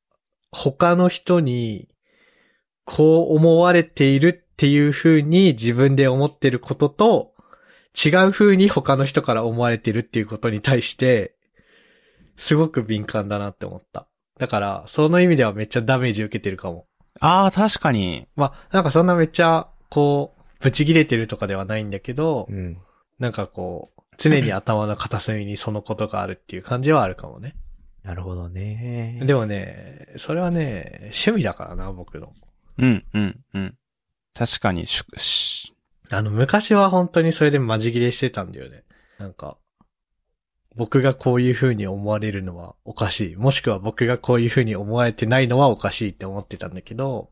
A: 他の人にこう思われているっていう風に自分で思ってることと、違う風に他の人から思われてるっていうことに対して、すごく敏感だなって思った。だから、その意味ではめっちゃダメージ受けてるかも。
C: ああ、確かに。
A: まあ、なんかそんなめっちゃ、こう、ブチ切れてるとかではないんだけど、
B: うん。
A: なんかこう、常に頭の片隅にそのことがあるっていう感じはあるかもね。
B: なるほどね。
A: でもね、それはね、趣味だからな、僕の。
C: うん、うん、うん。確かに、しゅ、し、
A: あの、昔は本当にそれでマジ切れしてたんだよね。なんか、僕がこういう風に思われるのはおかしい。もしくは僕がこういう風に思われてないのはおかしいって思ってたんだけど、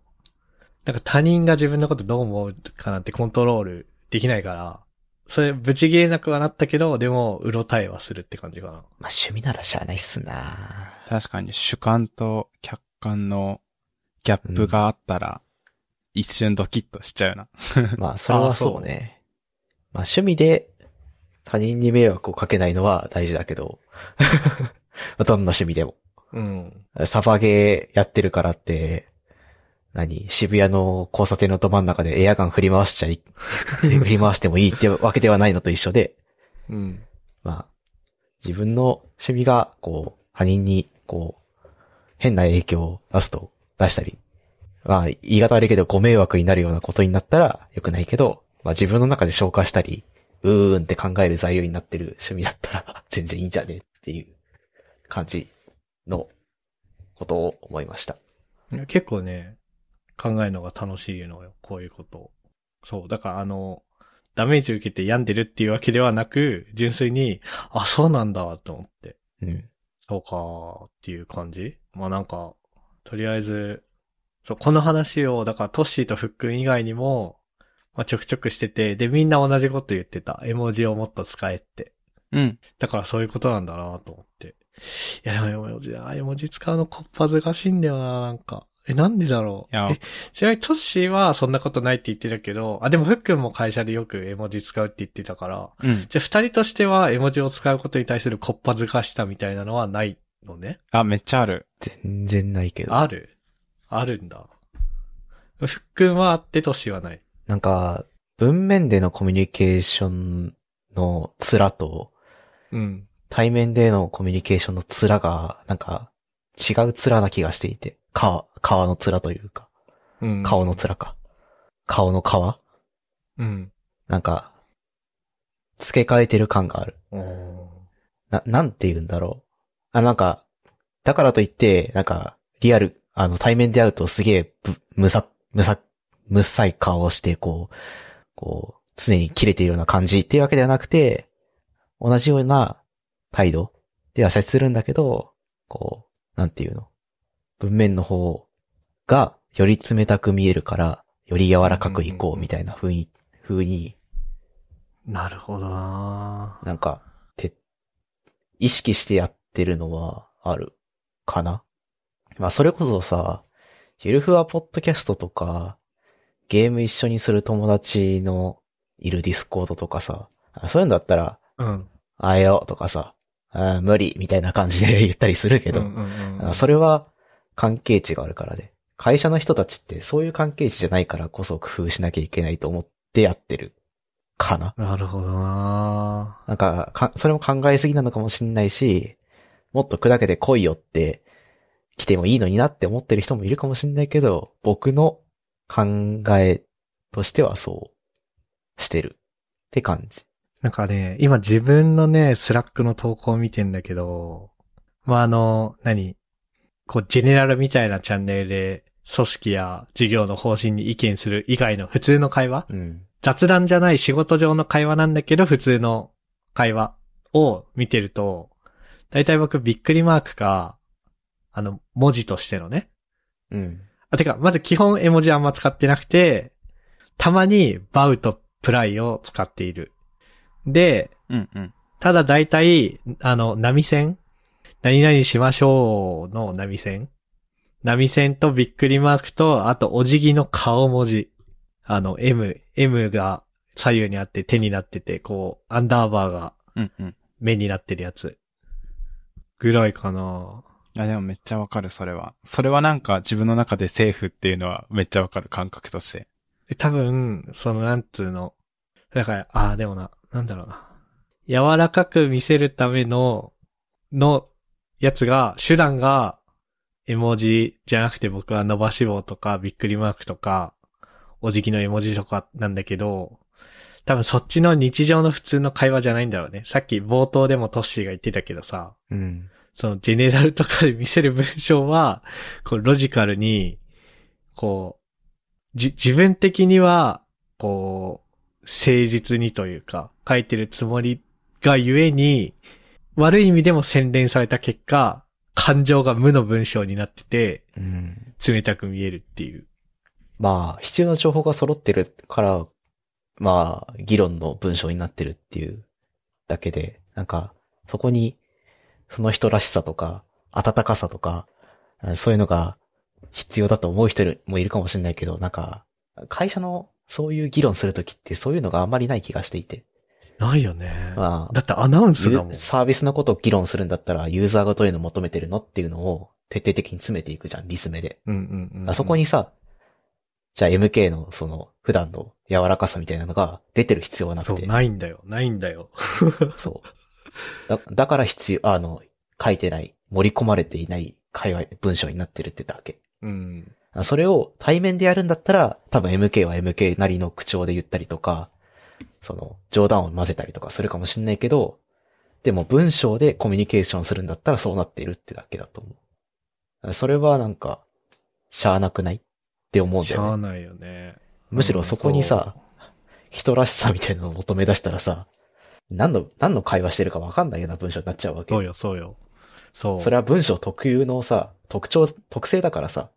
A: なんか他人が自分のことどう思うかなんてコントロールできないから、それブチ切れなくはなったけど、でも、うろたえはするって感じかな。
B: まあ、趣味ならしゃあないっすな
C: 確かに主観と客観のギャップがあったら、一瞬ドキッとしちゃうな。
B: *laughs* まあ、それはそうね。まあ、趣味で他人に迷惑をかけないのは大事だけど、 *laughs* どんな趣味でも。
A: うん。
B: サバゲーやってるからって、何渋谷の交差点のど真ん中でエアガン振り回しちゃい、振り回してもいいってわけではないのと一緒で、
A: うん。
B: まあ、自分の趣味が、こう、他人に、こう、変な影響を出すと、出したり、まあ、言い方悪いけど、ご迷惑になるようなことになったら良くないけど、まあ自分の中で消化したり、うーんって考える材料になってる趣味だったら、全然いいんじゃねっていう感じのことを思いました。
A: いや結構ね、考えるのが楽しいのよ、こういうことをそう、だからあの、ダメージ受けて病んでるっていうわけではなく、純粋に、あ、そうなんだ、と思って。
B: うん。
A: そうかーっていう感じまあなんか、とりあえず、そう、この話を、だからトッシーとフックン以外にも、まあちょくちょくしてて、で、みんな同じこと言ってた。絵文字をもっと使えって。
C: うん。
A: だからそういうことなんだなと思って。いや、でも絵文字な、絵文字使うのこっぱずかしいんだよな、なんか。え、なんでだろう。
C: いや
A: え、ちなみにトッシーはそんなことないって言ってたけど、あ、でもフックンも会社でよく絵文字使うって言ってたから、
C: うん。
A: じゃあ二人としては絵文字を使うことに対するこっぱずかしさみたいなのはないのね。
C: あ、めっちゃある。
B: 全然ないけど。
A: あるあるんだ。ふっくんはあって年はない。
B: なんか、文面でのコミュニケーションの面と、
A: うん。
B: 対面でのコミュニケーションの面が、なんか、違う面な気がしていて、か、川の面というか、
A: うん。
B: 顔の。面か。顔の皮
A: うん。
B: なんか、付け替えてる感がある。
A: おー
B: な、なんて言うんだろう。あ、なんか、だからといって、なんか、リアル、あの、対面で会うとすげえ、ぶ、むさ、むさ、むさい顔をして、こう、こう、常に切れているような感じっていうわけではなくて、同じような態度では接するんだけど、こう、なんていうの。文面の方が、より冷たく見えるから、より柔らかくいこうみたいな雰囲、風に
A: なるほどな
B: なんか、て、意識してやってるのはあるかな。まあ、それこそさ、ゆるふわポッドキャストとか、ゲーム一緒にする友達のいるディスコードとかさ、あそういうのだったら、
A: うん。
B: あえよとかさ、あー無理みたいな感じで言ったりするけど、
A: うんうんうん
B: あそれは関係値があるからで、会社の人たちってそういう関係値じゃないからこそ工夫しなきゃいけないと思ってやってるかな。
A: なるほどな
B: なんか、か、それも考えすぎなのかもしんないし、もっと砕けて来いよって、来てもいいのになって思ってる人もいるかもしんないけど、僕の考えとしてはそうしてるって感じ。
A: なんかね、今自分のね、スラックの投稿を見てんだけど、まあ、あの、何こう、ジェネラルみたいなチャンネルで、組織や事業の方針に意見する以外の普通の会話
B: うん。
A: 雑談じゃない仕事上の会話なんだけど、普通の会話を見てると、だいたい僕びっくりマークか、あの、文字としてのね。
B: うん。
A: あ、てか、まず基本絵文字あんま使ってなくて、たまにバウとプライを使っている。で、
C: うんうん。
A: ただ大体、あの、波線何々しましょうの波線波線とびっくりマークと、あとお辞儀の顔文字。あの、M、M が左右にあって手になってて、こう、アンダーバーが
C: うんうん。
A: 目になってるやつ。ぐらいかな。
C: あ、でもめっちゃわかる、それは。それはなんか自分の中でセーフっていうのはめっちゃわかる感覚として。
A: で多分、その、なんつうの。だから、ああ、でもな、なんだろうな。柔らかく見せるための、の、やつが、手段が、絵文字じゃなくて僕は伸ばし棒とか、びっくりマークとか、お辞儀の絵文字とかなんだけど、多分そっちの日常の普通の会話じゃないんだろうね。さっき冒頭でもトッシーが言ってたけどさ、
B: うん。
A: そのジェネラルとかで見せる文章は、こうロジカルに、こう、じ、自分的には、こう、誠実にというか、書いてるつもりがゆえに、悪い意味でも洗練された結果、感情が無の文章になってて、
B: うん。
A: 冷たく見えるっていう。
B: まあ、必要な情報が揃ってるから、まあ、議論の文章になってるっていうだけで、なんか、そこに、その人らしさとか、温かさとか、うんそういうのが必要だと思う人もいるかもしれないけど、なんか、会社のそういう議論するときってそういうのがあんまりない気がしていて。
A: ないよね。
B: まあ、
A: だってアナウンスだもん
B: ユー。サービスのことを議論するんだったら、ユーザーがどういうのを求めてるのっていうのを徹底的に詰めていくじゃん、リスメで。
A: うんうんうん。
B: あそこにさ、じゃあ MK のその普段の柔らかさみたいなのが出てる必要はな
A: そ
B: く
A: う、
B: て。
A: ないんだよ。ないんだよ。
B: そうだだから必要、あの、書いてない、盛り込まれていない会話、文章になってるってだけ。
A: うん。
B: あそれを対面でやるんだったら、多分 MK は MK なりの口調で言ったりとか、その、冗談を混ぜたりとかするかもしんないけど、でも文章でコミュニケーションするんだったらそうなっているってだけだと思う。それはなんか、しゃあなくないって思うんだ
A: し
B: よね
A: ゃあないよね。
B: むしろそこにさ、人らしさみたいなのを求め出したらさ、何の、何の会話してるかわかんないような文章になっちゃうわけ
A: そう。よ、そうよ。そう。
B: それは文章特有のさ、特徴、特性だからさ。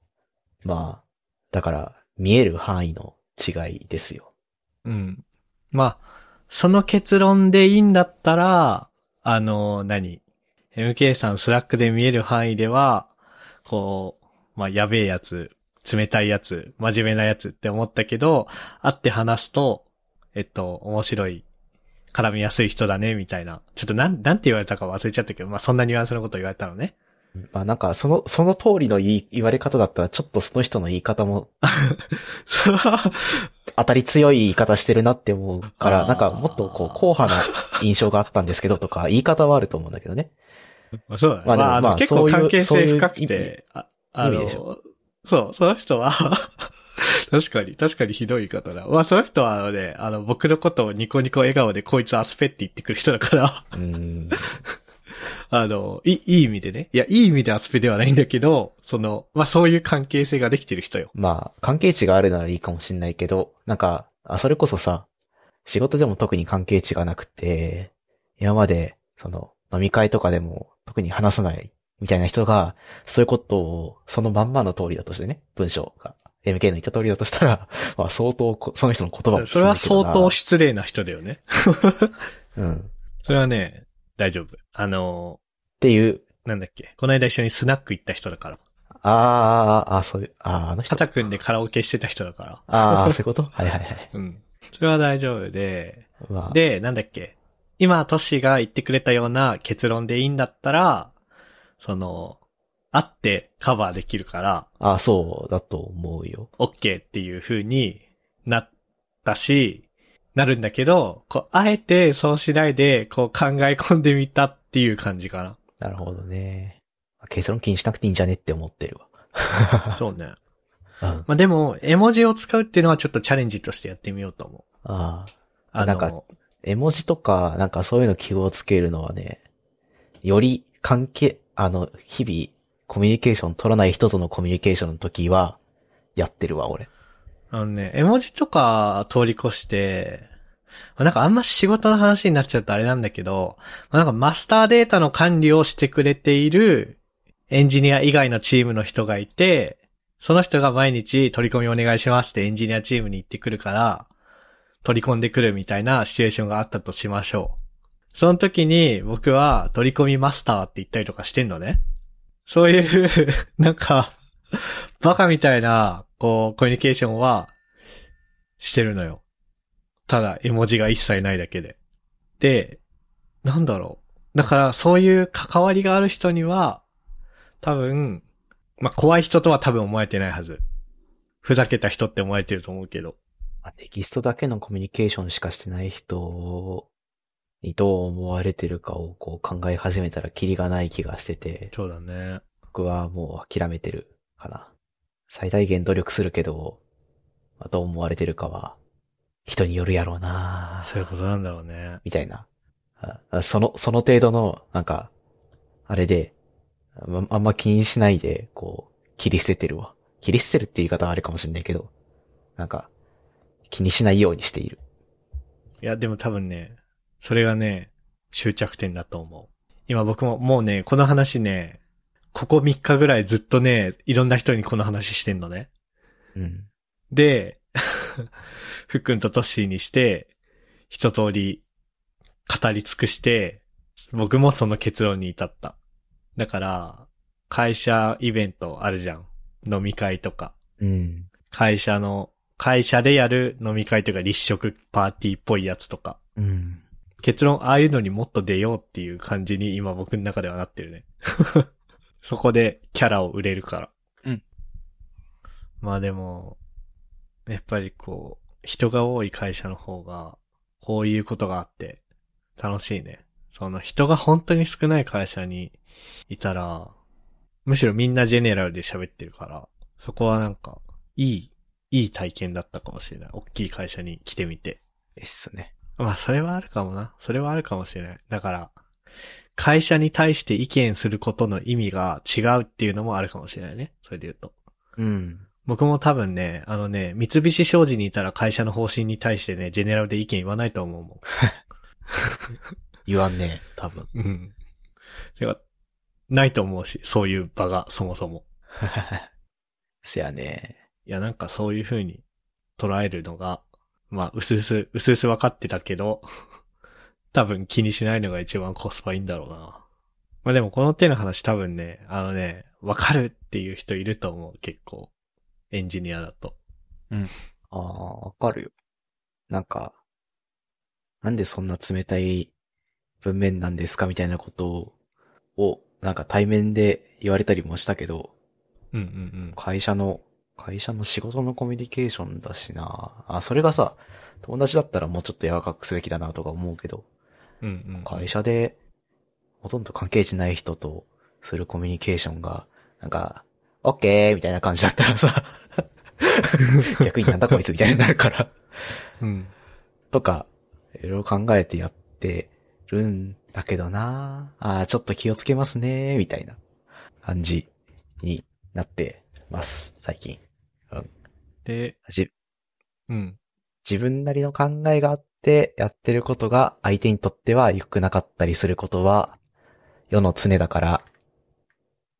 B: まあ、だから、見える範囲の違いですよ。
A: うん。まあ、その結論でいいんだったら、あの、何 ?MK さんスラックで見える範囲では、こう、まあ、やべえやつ、冷たいやつ、真面目なやつって思ったけど、会って話すと、えっと、面白い、絡みやすい人だね、みたいな。ちょっとなん、なんて言われたか忘れちゃったけど、まあ、そんなニュアンスのこと言われたのね。
B: まあなんか、その、その通りの言い、言われ方だったら、ちょっとその人の言い方も
A: そう
B: 当たり強い言い方してるなって思うか
A: あ
B: ら、
A: ー
B: なんかもっとこう、硬派な印象があったんですけどとか、言い方はあると思うんだけどね。
A: まあそうだね。
B: ま
A: ま
B: あ
A: あ、
B: でも
A: あの
B: まあ
A: 結
B: そ
A: 構
B: ういう
A: 関係
B: そうい
A: 性
B: う
A: 深く
B: 意味
A: て、ああ
B: 意味
A: の
B: でしょ、
A: そう、その人は、 *laughs* 確かに、確かにひどい言い方だ。まあ、その人はあのね、あの、僕のことをニコニコ笑顔でこいつアスペって言ってくる人だから、 *laughs*
B: うーん。
A: あの、いい、いい意味でね。いや、いい意味でアスペではないんだけど、その、まあ、そういう関係性ができてる人よ。
B: まあ、関係値があるならいいかもしんないけど、なんか、あ、それこそさ、仕事でも特に関係値がなくて、今まで、その、飲み会とかでも特に話さないみたいな人が、そういうことをそのまんまの通りだとしてね、文章が、MK の言った通りだとしたら、 *laughs* まあ相当こ、その人の言葉も
A: それは
B: すごい
A: 相
B: けどな
A: 当失礼な人だよね。
B: うん。っ
A: それはね、大丈夫。あの、
B: ていう、
A: なんだっけ。この間一緒にスナック行った人だから。
B: あー、あー、そういう、あー、あの人。
A: 肩組んでカラオケしてた人だから。
B: あー、そういうことはいはいはい。
A: うん。それは大丈夫で、
B: まあ、
A: で、なんだっけ。今、トシが言ってくれたような結論でいいんだったら、その、あってカバーできるから、
B: あー、そうだと思うよ。
A: OK っていう風になったし、なるんだけど、こう、あえてそうしないで、こう考え込んでみたっていう感じか
B: なるほどね。結論気にしなくていいんじゃねって思ってる *laughs*
A: な。そうね。
B: わ。うん。
A: まあ、でも、絵文字を使うっていうのはちょっとチャレンジとしてやってみようと思う。
B: ああ。
A: あの、
B: なんか絵文字とか、なんかそういうの気をつけるのはね、より関係、あの、日々、コミュニケーション取らない人とのコミュニケーションの時は、やってるわ、俺。
A: あのね、絵文字とか通り越して、まあなんかあんま仕事の話になっちゃうとあれなんだけど、まあなんかマスターデータの管理をしてくれているエンジニア以外のチームの人がいて、その人が毎日取り込みお願いしますってエンジニアチームに行ってくるから、取り込んでくるみたいなシチュエーションがあったとしましょう。その時に僕は取り込みマスターって言ったりとかしてんのね。そういう、 *laughs* なんか、 *laughs* バカみたいな、こう、コミュニケーションは、してるのよ。ただ、絵文字が一切ないだけで。で、なんだろう。だから、そういう関わりがある人には、多分、まあ、怖い人とは多分思えてないはず。ふざけた人って思えてると思うけど。
B: まあテキストだけのコミュニケーションしかしてない人にどう思われてるかをこう考え始めたらキリがない気がしてて、
A: そうだね。
B: 僕はもう諦めてるかな。最大限努力するけど、まあどう思われてるかは、人によるやろうな
A: そういうことなんだろうね。
B: みたいな。ああその、その程度の、なんか、あれで、ああんま気にしないで、こう、切り捨ててるわ。切り捨てるって言い方はあるかもしれないけど、なんか、気にしないようにしている。
A: いや、でも多分ね、それがね、終着点だと思う。今僕ももうね、この話ね、ここ3日ぐらいずっとね、いろんな人にこの話してんのね。
B: うん。
A: で、 *laughs* ふっくんとトッシーにして、一通り語り尽くして、僕もその結論に至った。だから、会社イベントあるじゃん。飲み会とか。
B: うん。
A: 会社の、会社でやる飲み会というか立食パーティーっぽいやつとか。
C: うん。
A: 結論、ああいうのにもっと出ようっていう感じに今僕の中ではなってるね。 *laughs* そこでキャラを売れるから。
C: うん。
A: まあでも、やっぱりこう、人が多い会社の方が、こういうことがあって、楽しいね。その人が本当に少ない会社にいたら、むしろみんなジェネラルで喋ってるから、そこはなんか、いい、いい体験だったかもしれない。大きい会社に来てみて。
C: えっすね。
A: まあ、それはあるかもな。それはあるかもしれない。だから、会社に対して意見することの意味が違うっていうのもあるかもしれないね。それで言うと。
B: うん。
A: 僕も多分ね、あのね、三菱商事にいたら会社の方針に対してね、ジェネラルで意見言わないと思うも
B: 言わんねえ、多分。
A: ん。うん。てか、ないと思うし、そういう場がそもそも。
B: せやね。
A: いや、なんかそういう風に捉えるのが、まあ、うすうす、うすうす分かってたけど、 *laughs* 多分気にしないのが一番コスパいいんだろうな。まあでもこの手の話多分ね、あのね、分かるっていう人いると思う、結構。エンジニアだと。
B: ああ、わかるよ。なんか、なんでそんな冷たい文面なんですかみたいなことを、をなんか対面で言われたりもしたけど、
A: うんうん
B: 会社の、会社の仕事のコミュニケーションだしなあ、それがさ、友達だったらもうちょっと柔らかくすべきだなとか思うけど、
A: うん。うんうん。
B: 会社で、ほとんど関係値ない人とするコミュニケーションが、なんか、オッケーみたいな感じだったらさ、逆になんだこいつみたいになるから。
A: うん。
B: とか、いろいろ考えてやってるんだけどなああ、ちょっと気をつけますねみたいな感じになってます、最近。
A: で、
B: じ
A: うん。
B: 自分なりの考えがあってやってることが相手にとっては良くなかったりすることは世の常だから、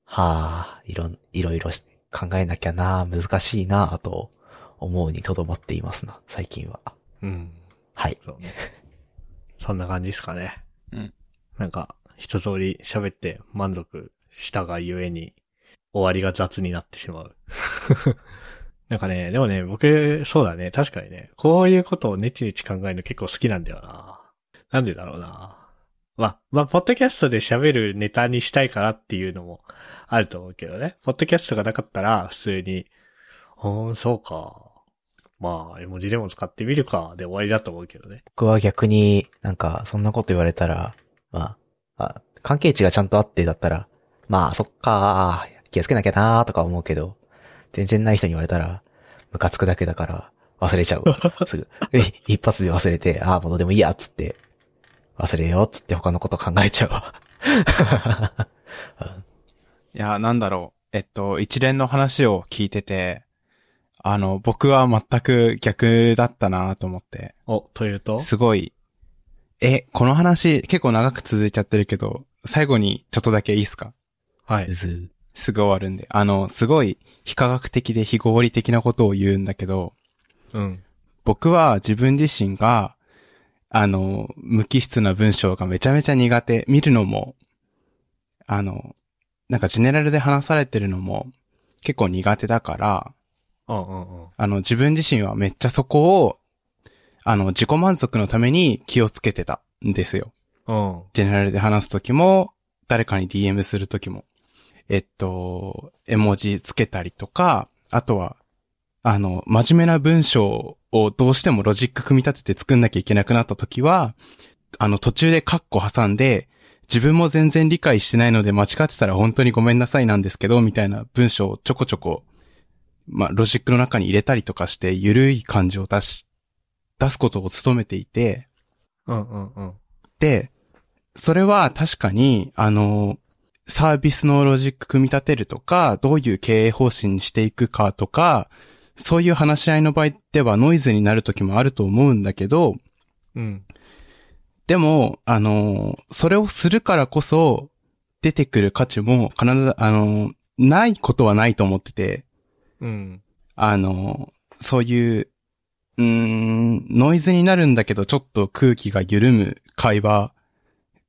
B: はあ、いろん、いろいろし考えなきゃな難しいなあと思うにとどまっていますな、最近は。
A: うん。
B: はい。
A: そうね。 *laughs* そんな感じですかね。
C: うん。
A: なんか、一通り喋って満足したがゆえに、終わりが雑になってしまう。 *laughs* なんかね、でもね、僕、そうだね、確かにね、こういうことをネチネチ考えるの結構好きなんだよな。なんでだろうな。まあ、まあ、ポッドキャストで喋るネタにしたいからっていうのもあると思うけどね。ポッドキャストがなかったら、普通に、うーん、そうか。まあ、絵文字でも使ってみるか、で終わりだと思うけどね。
B: 僕は逆になんかそんなこと言われたら、まあ、あ関係値がちゃんとあってだったら、まあそっかー、気をつけなきゃなーとか思うけど、全然ない人に言われたら、ムカつくだけだから忘れちゃうわ。すぐ。え一発で忘れて、ああ、もうどうでもいいや、っつって。忘れよう、っつって他のこと考えちゃうわ。
C: いや、なんだろう。えっと、一連の話を聞いてて、あの、僕は全く逆だったなと思って。
A: お、というと
C: すごい。え、この話結構長く続いちゃってるけど、最後にちょっとだけいいっすか
A: はい。
B: ず
C: すぐ終わるんで。あの、すごい非科学的で非合理的なことを言うんだけど、
A: うん。
C: 僕は自分自身が、あの、無機質な文章がめちゃめちゃ苦手。見るのも、あの、なんかジェネラルで話されてるのも結構苦手だから、
A: うんうんうん。
C: あの、自分自身はめっちゃそこを、あの、自己満足のために気をつけてたんですよ。
A: うん。
C: ジェネラルで話すときも、誰かに DM するときも、えっと、絵文字つけたりとか、あとは、あの、真面目な文章をどうしてもロジック組み立てて作んなきゃいけなくなったときは、あの、途中でカッコ挟んで、自分も全然理解してないので間違ってたら本当にごめんなさいなんですけど、みたいな文章をちょこちょこ、まあ、ロジックの中に入れたりとかして、ゆるい感じを出し、出すことを努めていて、
A: うんうんうん。
C: で、それは確かに、あの、サービスのロジック組み立てるとか、どういう経営方針にしていくかとか、そういう話し合いの場合ではノイズになる時もあると思うんだけど、
A: うん。
C: でも、あの、それをするからこそ、出てくる価値も、必ず、あの、ないことはないと思ってて、
A: うん。
C: あの、そういう、うーん、ノイズになるんだけど、ちょっと空気が緩む会話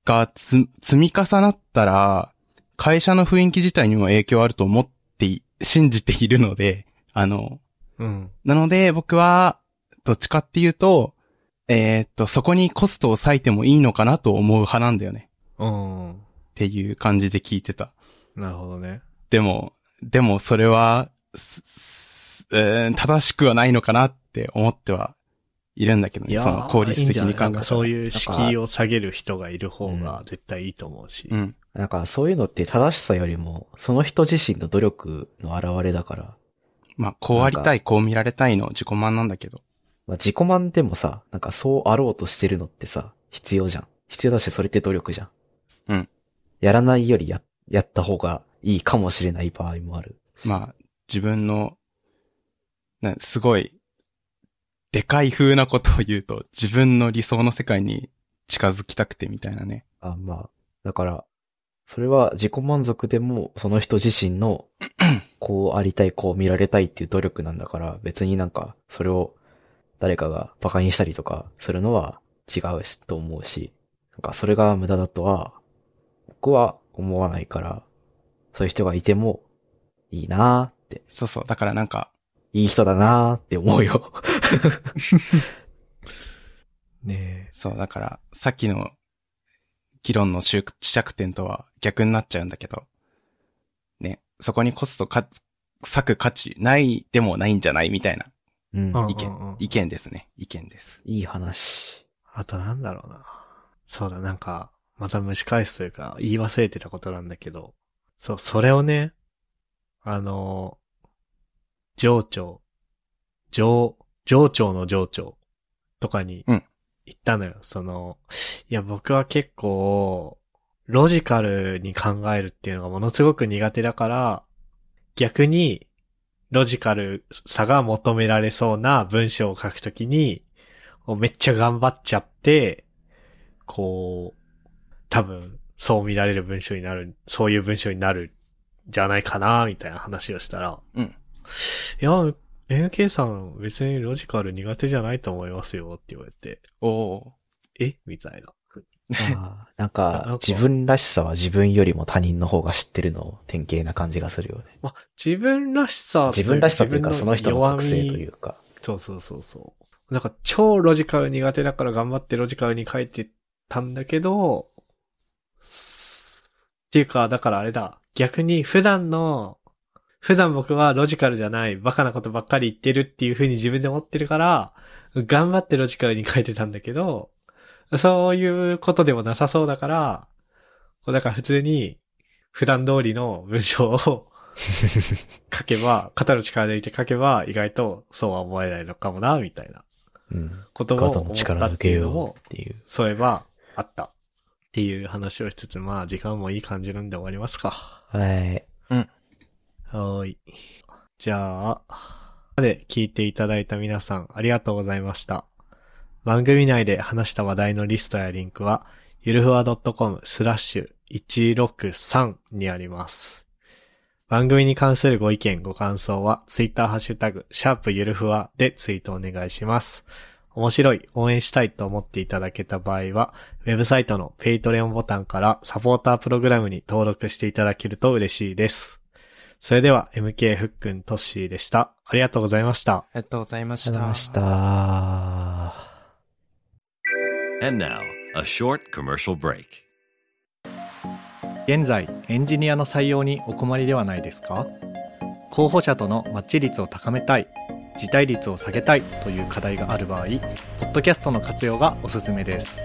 C: がつ積み重なったら、会社の雰囲気自体にも影響あると思ってい、信じているので、 *laughs* あの、
A: うん。
C: なので僕は、どっちかっていうと、えーっと、そこにコストを割いてもいいのかなと思う派なんだよね。
A: うん。
C: っていう感じで聞いてた。
A: なるほどね。
C: でも、でもそれは、すすえー正しくはないのかなって思ってはいるんだけど
A: い
C: ね。
A: や
C: その効率的に考えた
A: いいんじゃないなん
C: ら
A: かそういう敷居を下げる人がいる方が絶対いいと思うし。
C: うん。
B: なんかそういうのって正しさよりも、その人自身の努力の表れだから、
C: まあ、こうありたい、こう見られたいの自己満なんだけど。
B: まあ、自己満でもさ、なんかそうあろうとしてるのってさ、必要じゃん。必要だし、それって努力じゃん。
C: うん。
B: やらないよりや、やった方がいいかもしれない場合もある。
C: まあ、自分の、なすごい、でかい風なことを言うと、自分の理想の世界に近づきたくてみたいなね。
B: あまあ、だから、それは自己満足でも、その人自身の、こうありたい、こう見られたいっていう努力なんだから、別になんか、それを誰かが馬鹿にしたりとかするのは違うし、と思うし、なんかそれが無駄だとは、僕は思わないから、そういう人がいても、いいなーって、
C: そうそう。だからなんか、
B: いい人だなーって思うよ。
A: ね
C: そう、だから、さっきの議論の終着点とは逆になっちゃうんだけど、ね、そこにコストか、割く価値ないでもないんじゃないみたいな
B: うん
A: え。。うん
C: 意見
A: うんうん
C: 意見ですね。意見です。
B: いい話。
A: あとなんだろうな。そうだ、なんか、また蒸し返すというか、言い忘れてたことなんだけど、そう、それをね、あの、上長、上、上長の上長とかに、
C: うん
A: 行ったのよ。その、いや、僕は結構、ロジカルに考えるっていうのがものすごく苦手だから、逆に、ロジカルさが求められそうな文章を書くときに、めっちゃ頑張っちゃって、こう、多分、そう見られる文章になる、そういう文章になる、じゃないかな、みたいな話をしたら。
C: うん。
A: いや、NK さん別にロジカル苦手じゃないと思いますよ、って言われて。
C: おお
A: えみたいな。
B: ああなん
A: ななん
B: か
A: か、
B: 自分らしさは自分よりも他人の方が知ってるの典型な感じがするよね。
A: まあ、自分らしさとい
B: 自分らしさというか、その人の特性と
A: 弱み
B: いうか。
A: そうそうそうそう。なんか超ロジカル苦手だから頑張ってロジカルに書いてたんだけど、すっていうか、だからあれだ。逆に普段の、普段僕はロジカルじゃない、バカなことばっかり言ってるっていう風に自分で思ってるから、頑張ってロジカルに書いてたんだけど、そういうことでもなさそうだから、こうだから普通に普段通りの文章を書けば、肩の力抜いて書けば、意外とそうは思えないのかもな、みたいな
B: うん。
A: ことも
B: 肩
A: 思
B: の
A: った
B: 力
A: っ
B: 抜
A: て
B: け
A: いうの
B: よ
A: も
B: う、っていう。
A: そういえば、あった。っていう話をしつつ、まあ、時間もいい感じなんで終わりますか。
B: はい。
A: はーい。じゃあ、まで聞いていただいた皆さん、ありがとうございました。番組内で話した話題のリストやリンクは、ゆるふわ .com スラッシュ163にあります。番組に関するご意見、ご感想は、ツイッターハッシュタグ、シャープゆるふわでツイートお願いします。面白い、応援したいと思っていただけた場合は、ウェブサイトのペイトレオンボタンからサポータープログラムに登録していただけると嬉しいです。それでは、MK ふっくんトッシーでした。ありがとうございました。
C: ありがとうございまし
B: ありがとうござい
C: た
B: まし。た。
D: And now, a short commercial break.
E: 現在エンジニアの採用にお困りではないですか候補者とのマッチ率を高めたい辞退率を下げたいという課題がある場合ポッドキャストの活用がおすすめです